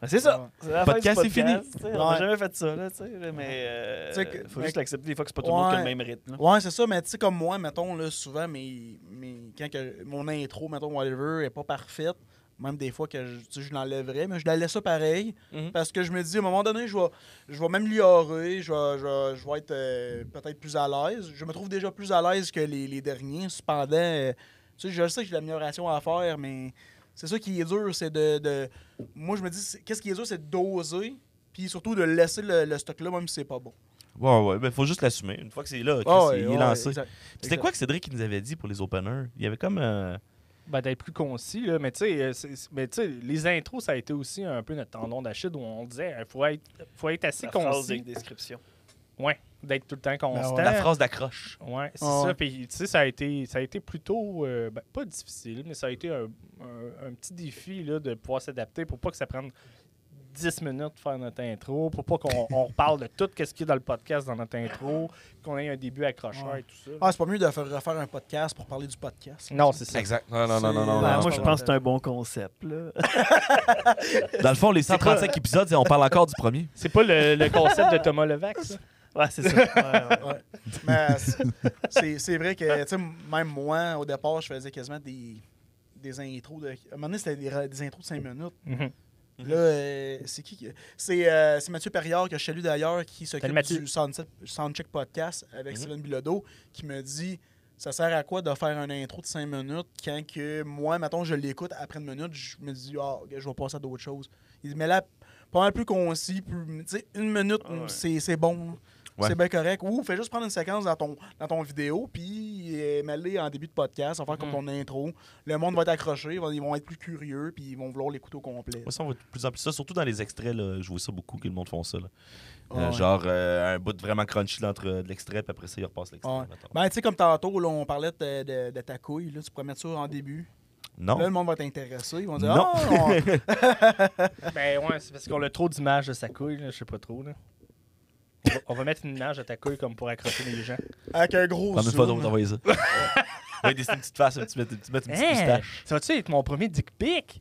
C: Ben, c'est ça!
A: Ouais.
C: C'est la fin du
B: Podcast, c'est fini.
C: tu sais, On n'a
A: Ouais.
C: jamais fait ça, là, tu sais, là, mais. euh,
A: Tu sais que-
C: faut
A: mais-
C: juste l'accepter des fois que c'est pas tout le monde qui a le
A: Ouais.
C: même rythme. là.
A: Ouais, c'est ça, mais tu sais, comme moi, mettons, là, souvent, mes, mes, quand que mon intro, mettons, whatever, est pas parfaite, même des fois que je, tu sais, je l'enlèverais, mais je la laisse ça pareil,
B: Mhm.
A: parce que je me dis, à un moment donné, je vais, je vais m'améliorer, je vais, je, vais- je vais être euh, peut-être plus à l'aise. Je me trouve déjà plus à l'aise que les, les derniers, cependant, euh, tu sais, je sais que j'ai de l'amélioration à faire, mais c'est ça qui est dur, c'est de, de- Moi, je me dis, c'est- qu'est-ce qui est dur, c'est de doser, puis surtout de laisser le, le stock-là, même si c'est pas bon.
B: Ouais, ouais, ben faut juste l'assumer. Une fois que c'est là, Chris,
A: Ah ouais,
B: il est
A: ouais,
B: lancé.
A: exact.
B: C'était quoi que Cédric il nous avait dit pour les openers Il y avait comme. euh,
D: Ben, d'être plus concis, là. Mais tu sais, euh, c'est- c'est- mais tu sais, les intros, ça a été aussi un peu notre tendon d'Achille où on disait, il faut être, faut être assez
C: La phrase de
D: concis.
C: description.
D: Ouais, d'être tout le temps constant.
B: Ben La phrase d'accroche.
D: Ouais, c'est
A: Ah ouais.
D: ça. Puis, tu sais, ça a été, ça a été plutôt, euh, ben, pas difficile, mais ça a été un, un- un petit défi là, de pouvoir s'adapter pour pas que ça prenne 10 minutes de faire notre intro, pour pas qu'on on reparle de tout ce qu'il y a dans le podcast dans notre intro, qu'on ait un début accrocheur
A: Ouais.
D: et tout ça.
A: Ah, c'est pas mieux de faire refaire un podcast pour parler du podcast.
D: Non, c'est ça.
B: Exact. Non, non, non, non,
A: C'est-
B: non.
A: Ben,
B: non, non.
C: moi, je pense que c'est un bon concept. Là.
B: Dans le fond, les 135 épisodes, on parle encore du premier.
D: C'est pas le, le concept de Thomas Levac, ça?
C: Ouais, c'est ça. Ouais, ouais.
A: Ouais. Mais c'est- c'est- c'est vrai que, tu sais, même moi, au départ, je faisais quasiment des, des intros de. À un moment donné, c'était des, ra- des intros de 5 minutes.
D: Mhm.
A: Là, euh, c'est qui qui- C'est euh, c'est Mathieu Perriard, que je salue d'ailleurs, qui
D: Salut
A: s'occupe
D: Mathieu.
A: du Soundset- Soundcheck Podcast avec
B: Mhm.
A: Sylvain Bilodeau, qui me dit. Ça sert à quoi de faire un intro de 5 minutes quand que moi, mettons, je l'écoute après une minute, je me dis, ah, ok, je vais passer à d'autres choses. Il dit, mais là, pas mal plus concis, plus, tu sais, une minute,
C: Ah ouais.
A: c'est c'est bon.
B: Ouais.
A: C'est bien correct. Ou fais juste prendre une séquence dans ton, dans ton vidéo, puis euh, mêler en début de podcast, en faire comme ton intro. Le monde va être accroché, ils vont- ils vont être plus curieux, puis ils vont vouloir l'écouter au complet.
B: Moi, ça, on voit de plus en plus ça, surtout dans les extraits. Là, je vois ça beaucoup que le monde font ça. là. Euh,
A: Ah, Ouais.
B: Genre, euh, un bout de vraiment crunchy là, entre euh, de l'extrait, puis après ça, il repasse l'extrait.
A: Ouais.
B: mettons.
A: Ben, tu sais, comme tantôt, là, on parlait de, de- de ta couille, là, tu pourrais mettre ça en début.
B: Non.
A: Là, le monde va être intéressé. Ils vont dire,
B: Non.
A: ah, on-
D: Ben ouais, c'est parce qu'on a trop d'images de sa couille, là, je sais pas trop. Là. On va, on va mettre une nage à ta couille comme pour accrocher les gens.
A: Avec un gros
B: Prends une
A: zoom.
B: photo, t'envoies ça. Ouais, dessine une petite face, un petit, mettre- un petit- mettre une petite
D: Hein?
B: moustache.
D: Ça va-tu être mon premier dick pic?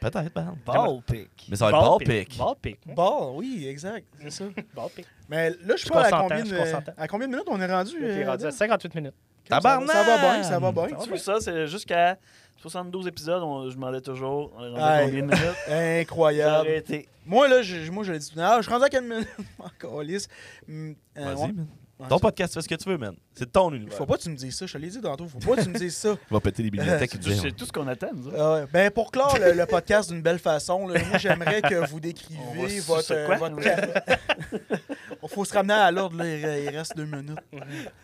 B: Peut-être, man.
C: Ball pick.
B: Mais ça va être ball
D: pic.
B: pic.
D: Ball pic.
A: Bon, oui, exact. C'est ça.
D: Ball pic.
A: Mais là, je sais
D: Je
A: pas à
D: consentends,
A: combien,
D: je
A: de,
D: consentends.
A: à combien de minutes on est rendu.
D: Ok,
A: euh,
D: rendu à
A: là?
D: 58 minutes.
B: Tabarnak!
A: Ça va bien, ça va bien.
C: Tu vois ça, c'est jusqu'à 72 épisodes, on- je demandais toujours, on est rendu à
A: Aïe.
C: combien de minutes? Ça
A: Incroyable.
C: aurait été.
A: Moi, là, je, moi, je l'ai dit tout à l'heure, je suis rendu à 4 minutes. Encore lisse. Hum, euh, ouais,
B: Vas-y, man.
A: ouais,
B: Ton
A: ça-
B: podcast, fais ce que tu veux, man. C'est ton univers.
A: Faut pas que tu me dises ça, je te l'ai dit tantôt. Faut pas que tu me dises ça.
B: Il va péter les bibliothèques. il
C: C'est
B: disait,
C: c'est tout ce qu'on attend, nous autres.
A: Ah ouais. Ben, pour clore le, le podcast d'une belle façon, là, moi, j'aimerais que vous
C: On va
A: décriviez
C: se-
A: votre.
C: se quoi?
A: votre Il faut se ramener à l'ordre, là, il re- il reste deux minutes.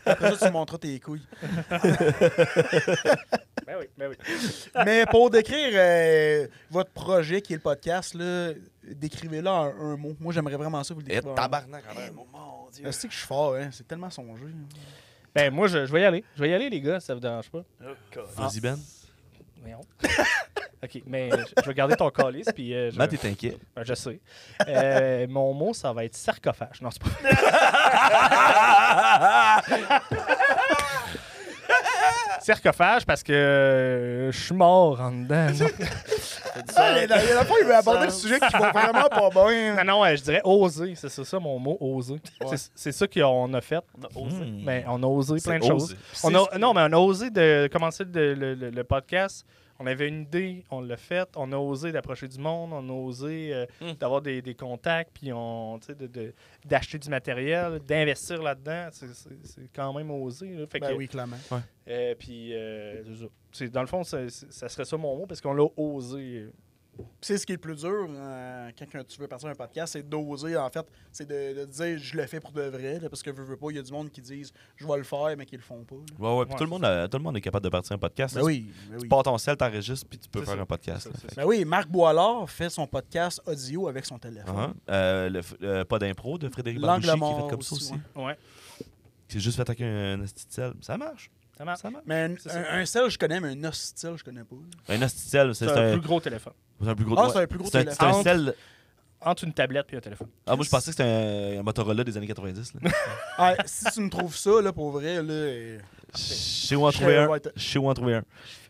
A: Après ça, tu montreras tes couilles.
D: Ben oui, ben oui.
A: Mais pour décrire euh, votre projet qui est le podcast, là, décrivez-le en un mot. Moi, j'aimerais vraiment ça vous le
B: Eh,
A: décrire.
B: tabarnak, en
C: Eh,
B: un mot.
C: mon Dieu.
A: Je sais que je suis fort, hein. c'est tellement songé.
D: Ben moi, je, je vais y aller. Je vais y aller, les gars, ça vous dérange pas.
C: Oh, God.
A: Ah.
B: Vas-y, Ben.
D: Voyons. OK, mais je, je vais garder ton calice, puis euh, je,
B: Matt est inquiet.
D: ben, je sais. Euh, mon mot, ça va être sarcophage. Non, c'est pas sarcophage parce que euh, je suis mort en dedans. Non,
A: Ah, la, la- la fois, il veut aborder le
C: Ça-
A: sujet qui va vraiment pas bien.
D: non, non, euh, je dirais oser. C'est ça, ça, mon mot, oser.
C: Ouais.
D: C'est- C'est ça qu'on a fait.
C: On a osé.
B: Hmm.
D: Mais Ben, on a osé plein de
B: C'est
D: choses.
B: osé.
D: On a- non, mais on a osé de commencer de- le, le- le podcast. On avait une idée, on l'a faite. On a osé d'approcher du monde, on a osé euh,
B: Mm.
D: d'avoir des, des contacts, puis on, tu sais, de- de- d'acheter du matériel, d'investir là-dedans. C'est- C'est c'est quand même osé. là. Fait
A: Ben
D: que,
A: oui, clairement.
D: euh, puis, euh, c'est ça. C'est- dans le fond, ça, c'est- ça serait ça mon mot, parce qu'on l'a osé.
A: C'est ce qui est le plus dur euh, quand que tu veux partir un podcast, c'est d'oser, en fait. C'est de, de dire je le fais pour de vrai, là, parce que veux, veux pas, il y a du monde qui disent je vais le faire, mais qui le font pas. là.
B: Ouais, ouais. Puis
D: Ouais.
B: tout, le monde, euh, tout le monde est capable de partir un podcast. là.
A: oui, ben
B: Tu
A: oui.
B: pars ton sel, t'enregistres, puis tu peux
D: C'est
B: faire
D: ça.
B: un podcast.
D: C'est
B: là.
D: ça, c'est
B: Fait
A: Ben oui, Marc Boilard fait son podcast audio avec son téléphone.
B: que- Uh-huh. Euh, le f- euh, pas d'impro de Frédéric
A: L'angle
B: Barouchy qui est
A: mort
B: fait comme ça
A: aussi,
B: aussi.
A: ouais.
D: Ouais,
B: C'est juste fait avec un asti de sel. Ça marche.
D: ça marche.
B: Ça marche.
A: Mais un,
D: C'est ça.
A: un- un sel, je connais, mais un hostile, je connais pas.
B: Un asti de sel, c'est
D: C'est
B: c'est
D: un
B: un,
D: plus gros téléphone.
B: c'est un plus gros
A: Ah,
B: ouais.
A: c'est un plus gros
B: C'est un- C'est un
D: téléphone.
B: sel.
D: Entre une tablette et un téléphone.
B: Ah, moi, je pensais que c'était un, un Motorola des années 90. là.
A: Ah, si tu me trouves ça, là, pour vrai, là. euh,
B: Je sais où en
A: Je-
B: trouver un.
A: ouais, t'as-
B: Je sais où en trouver un.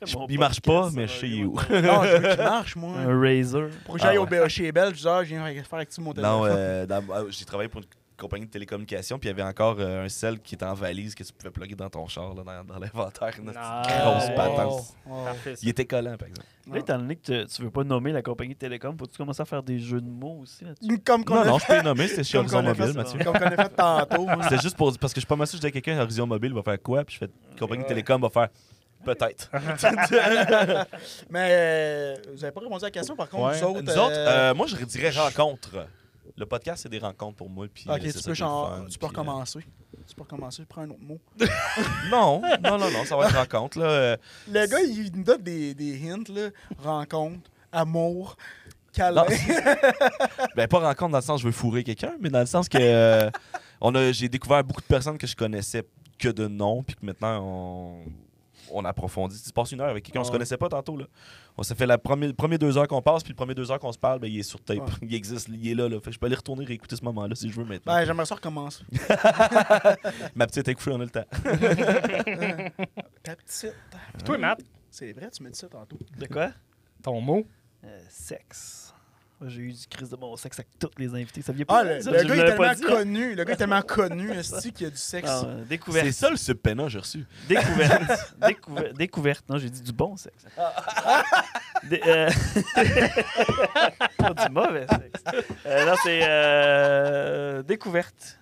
C: Fais mon
B: Il marche
C: podcast,
B: pas,
C: ça
B: mais
C: va
B: je sais
C: aller,
B: il est où.
C: ouais.
A: Non, je veux qu'il marche, moi.
C: Un Razer.
A: Pour que j'aille
B: Ah
A: au BA chez Belle, je dis, ah, je viens faire activer mon téléphone.
B: Non, euh, dans- ah, j'ai travaillé pour une compagnie de télécommunications, puis il y avait encore euh, un sel qui était en valise que tu pouvais plugger dans ton char, là, dans, dans l'inventaire. une petite
D: Nice.
B: Grosse
A: Oh,
B: patente.
A: oh.
D: Parfait. ça.
B: Il était collant, par exemple.
C: Là, étant donné que tu- tu veux pas nommer la compagnie de télécom, faut-tu commencer à faire des jeux de mots aussi là-dessus?
A: Comme qu'on
B: Non,
A: a
B: non, je
A: fait-
B: peux les nommer, c'était chez
A: comme qu'on
B: Horizon
A: a fait-
B: Mobile, Mathieu.
A: Comme qu'on a fait tantôt. moi.
B: C'était juste pour parce que je suis pas mal sûr que je disais à quelqu'un Horizon Mobile va faire quoi, puis je fais compagnie
D: Ouais.
B: télécom va faire peut-être.
A: Mais euh, vous avez pas répondu à la question, par contre,
D: Ouais.
A: vous autres.
B: Nous autres,
A: euh,
B: euh, moi je dirais rencontre. Le podcast c'est des rencontres pour moi puis euh,
A: ok,
B: c'est
A: tu
B: ça
A: peux,
B: qui est le
A: genre,
B: fun,
A: tu peux
B: puis, euh,
A: recommencer. Tu peux recommencer, prends un autre mot.
B: Non, non non non, ça va être rencontre là. Euh,
A: Le gars, il nous donne des, des hints, là. Rencontre, amour, câlin.
B: Non, ben pas rencontre dans le sens je veux fourrer quelqu'un, mais dans le sens que euh, on a j'ai découvert beaucoup de personnes que je connaissais que de nom puis que maintenant on on approfondit. Tu passes une heure avec quelqu'un, on se
D: Ouais.
B: connaissait pas tantôt. Là. On s'est fait la première, premier deux heures qu'on passe, puis le premier deux heures qu'on se parle, ben, il est sur tape.
A: Ouais.
B: Il existe, il est là. là. Fait que je peux aller retourner réécouter ce moment-là si je veux maintenant.
A: Ben, j'aimerais ça recommencer.
B: Ma petite écoutée, on a le temps.
A: Ta petite.
D: Puis toi, Matt,
A: C'est vrai, tu me dis ça tantôt.
C: De quoi?
D: ton mot.
C: Euh, sexe. Moi, J'ai eu du crise de bon sexe avec tous les invités. Ça vient pas.
A: Ah, le,
C: ça,
A: le
C: je
A: gars
C: vous
A: est
C: l'avais pas
A: tellement
C: dit.
A: connu. Le gars est tellement connu, esti, qu'il y a du sexe.
C: Non, euh,
B: C'est
C: découverte.
B: ça le subpénat que j'ai reçu.
C: Découverte. Ah. Découver- Découverte. Non, j'ai dit du bon sexe. Dé- euh, pas du mauvais sexe. Euh, non, c'est euh, découverte.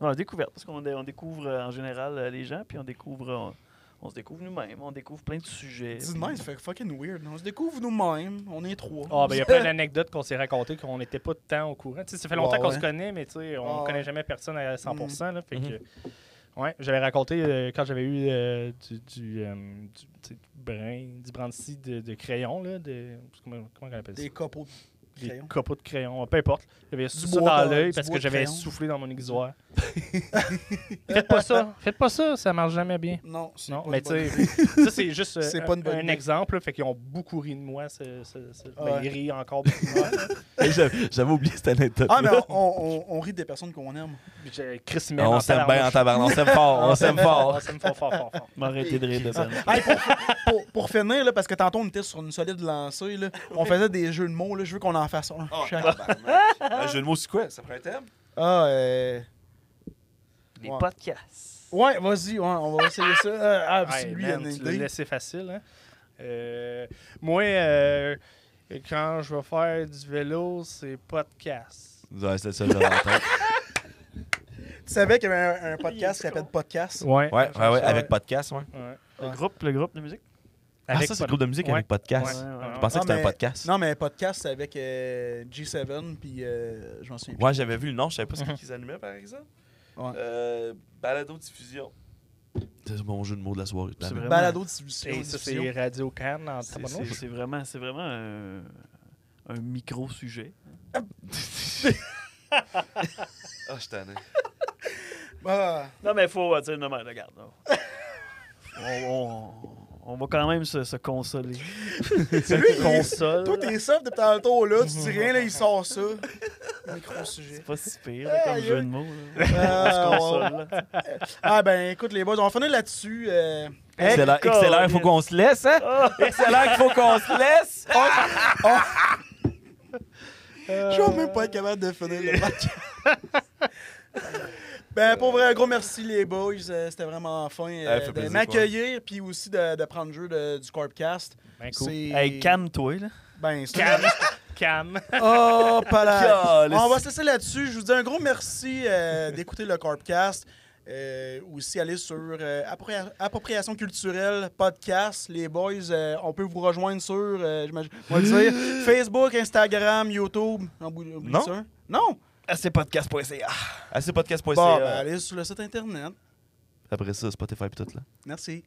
C: Non, découverte. Parce qu'on dé- on découvre euh, en général euh, les gens, puis on découvre. euh, on- on se découvre nous-mêmes, on découvre plein de sujets.
A: Dis de même, ça fait fucking weird. On se découvre nous-mêmes. On est trois.
D: Ah, ben, il y a plein d'anecdotes qu'on s'est racontées qu'on n'était pas tant au courant. Tu sais, ça fait longtemps
A: Ouais,
D: qu'on
A: ouais.
D: se connaît, mais tu sais, on
A: Ouais, Mhm.
D: ne connaît
A: ouais.
D: jamais personne à 100%. Là, fait que, ouais, j'avais raconté euh, quand j'avais eu euh, du, du, euh, du, tu sais, du brin, du brandy de, de crayon, là, de, comment, comment on appelle ça?
A: Des copeaux de
D: Des
A: crayon.
D: copeaux de crayon, peu importe. J'avais
A: Du
D: sous ça
A: bois,
D: dans
A: euh,
D: l'œil
A: du
D: parce
A: bois
D: que
A: de
D: j'avais
A: crayon.
D: soufflé dans mon exutoire. Faites pas ça. Faites pas ça, ça marche jamais bien.
A: Non, c'est
D: Non,
A: pas
D: mais
A: une
D: tu
A: bonne
D: sais,
A: idée.
D: ça c'est juste euh,
A: C'est
D: un,
A: pas une bonne
D: un
A: idée.
D: exemple. là, fait qu'ils ont beaucoup ri de moi. ce- ce- ce- ben,
A: Ouais.
D: ils rient encore beaucoup de moi.
B: J'avais j'avais oublié cette anecdote.
A: Ah, mais on, on- on- on rit des personnes qu'on aime.
D: puis j'ai- Chris il m'aime
B: Ah, On
D: en
B: s'aime bien en
D: tabarnouche.
B: tabarnak. On s'aime fort. On s'aime
D: On
B: fort.
D: s'aime fort, fort, fort, fort.
C: M'arrêter de rire de ça.
A: Hey, pour, pour- pour finir, là, parce que tantôt on était sur une solide lancée, là, on faisait des jeux de mots. Là, je veux qu'on en fasse un.
B: Oh,
A: chaque.
B: tabarnak. Un jeu de mots, c'est quoi? Ça prend un thème?
A: Ah, euh,
C: Les
A: Ouais.
C: podcasts.
A: Ouais, vas-y, ouais, on va essayer ça. Euh, ah, puis
D: Hey,
A: lui,
D: man,
A: il a une
D: tu l'as
A: idée.
D: laissé facile, hein? Euh, moi, euh, quand je vais faire du vélo, c'est podcast.
B: Ouais, c'est le seul de la tête.
A: Tu savais qu'il y avait un, un podcast qui
C: Il est
A: s'appelle Podcast?
D: Ouais.
B: Ouais, ouais, ouais, avec podcast, ouais.
C: Le groupe, le groupe de musique.
B: Ah, ça, c'est le groupe de musique
D: Ouais.
B: avec podcast.
C: Ouais, ouais, ouais.
B: Je pensais
A: Ah,
B: que c'était
A: mais-
B: un podcast.
A: Non, mais Podcast, c'est avec euh, G7, puis euh, je m'en souviens plus.
B: Ouais, j'avais vu le nom, je savais pas ce qu'ils animaient, par exemple.
A: Ouais.
B: Euh, Balado Diffusion. C'est mon jeu de mots de la soirée.
C: C'est vrai.
A: Balado distribution.
D: Et ça, c'est Radio Cannes en
C: C'est- C'est
D: tabarnouche.
C: c'est vraiment, c'est vraiment un, un micro-sujet.
B: Ah, je t'en ai.
A: Ah,
C: Non, mais il faut, euh, tu sais, non, mais regarde. non. On, on- on va quand même se, se consoler.
A: lui, il-
D: console.
A: toi, t'es soft depuis tantôt, là. Tu dis rien, là, il sort ça. Micro-sujet.
C: C'est pas si pire là, comme
A: Aïe.
C: jeu de mots. là. On se
A: Ah, ouais, ouais.
C: console. là.
A: Ah, ben, écoute, les boys, on va finir là-dessus. euh,
B: Excellent, excellent, il faut qu'on se laisse, hein?
C: Ah.
B: Excellent, il faut qu'on se laisse!
D: euh,
A: Je vais même pas être capable de finir le podcast. ben, pour vrai, un gros merci, les boys. Euh, C'était vraiment fin euh,
B: fait
A: de
B: plaisir,
A: m'accueillir, puis aussi de, de prendre le jeu de- du Corpcast.
D: Ben, cool.
A: C'est-
C: Hey, calme-toi, là.
A: Ben, c'est-
D: Cam. Cam.
A: Oh, pas là.
B: Calisse.
A: On va se laisser là-dessus. Je vous dis un gros merci euh, d'écouter le Corpcast. Euh, aussi, aller sur euh, Appropria- Appropriation culturelle, podcast. Les boys, euh, on peut vous rejoindre sur euh, j'imagine- on va le dire, Facebook, Instagram, YouTube. Non.
B: Non.
A: Non.
C: Ah, C'est podcast.ca.
B: Assez podcast.ca.
A: Bon, ben, allez sur le site Internet.
B: Après ça, Spotify pis tout, là.
A: Merci.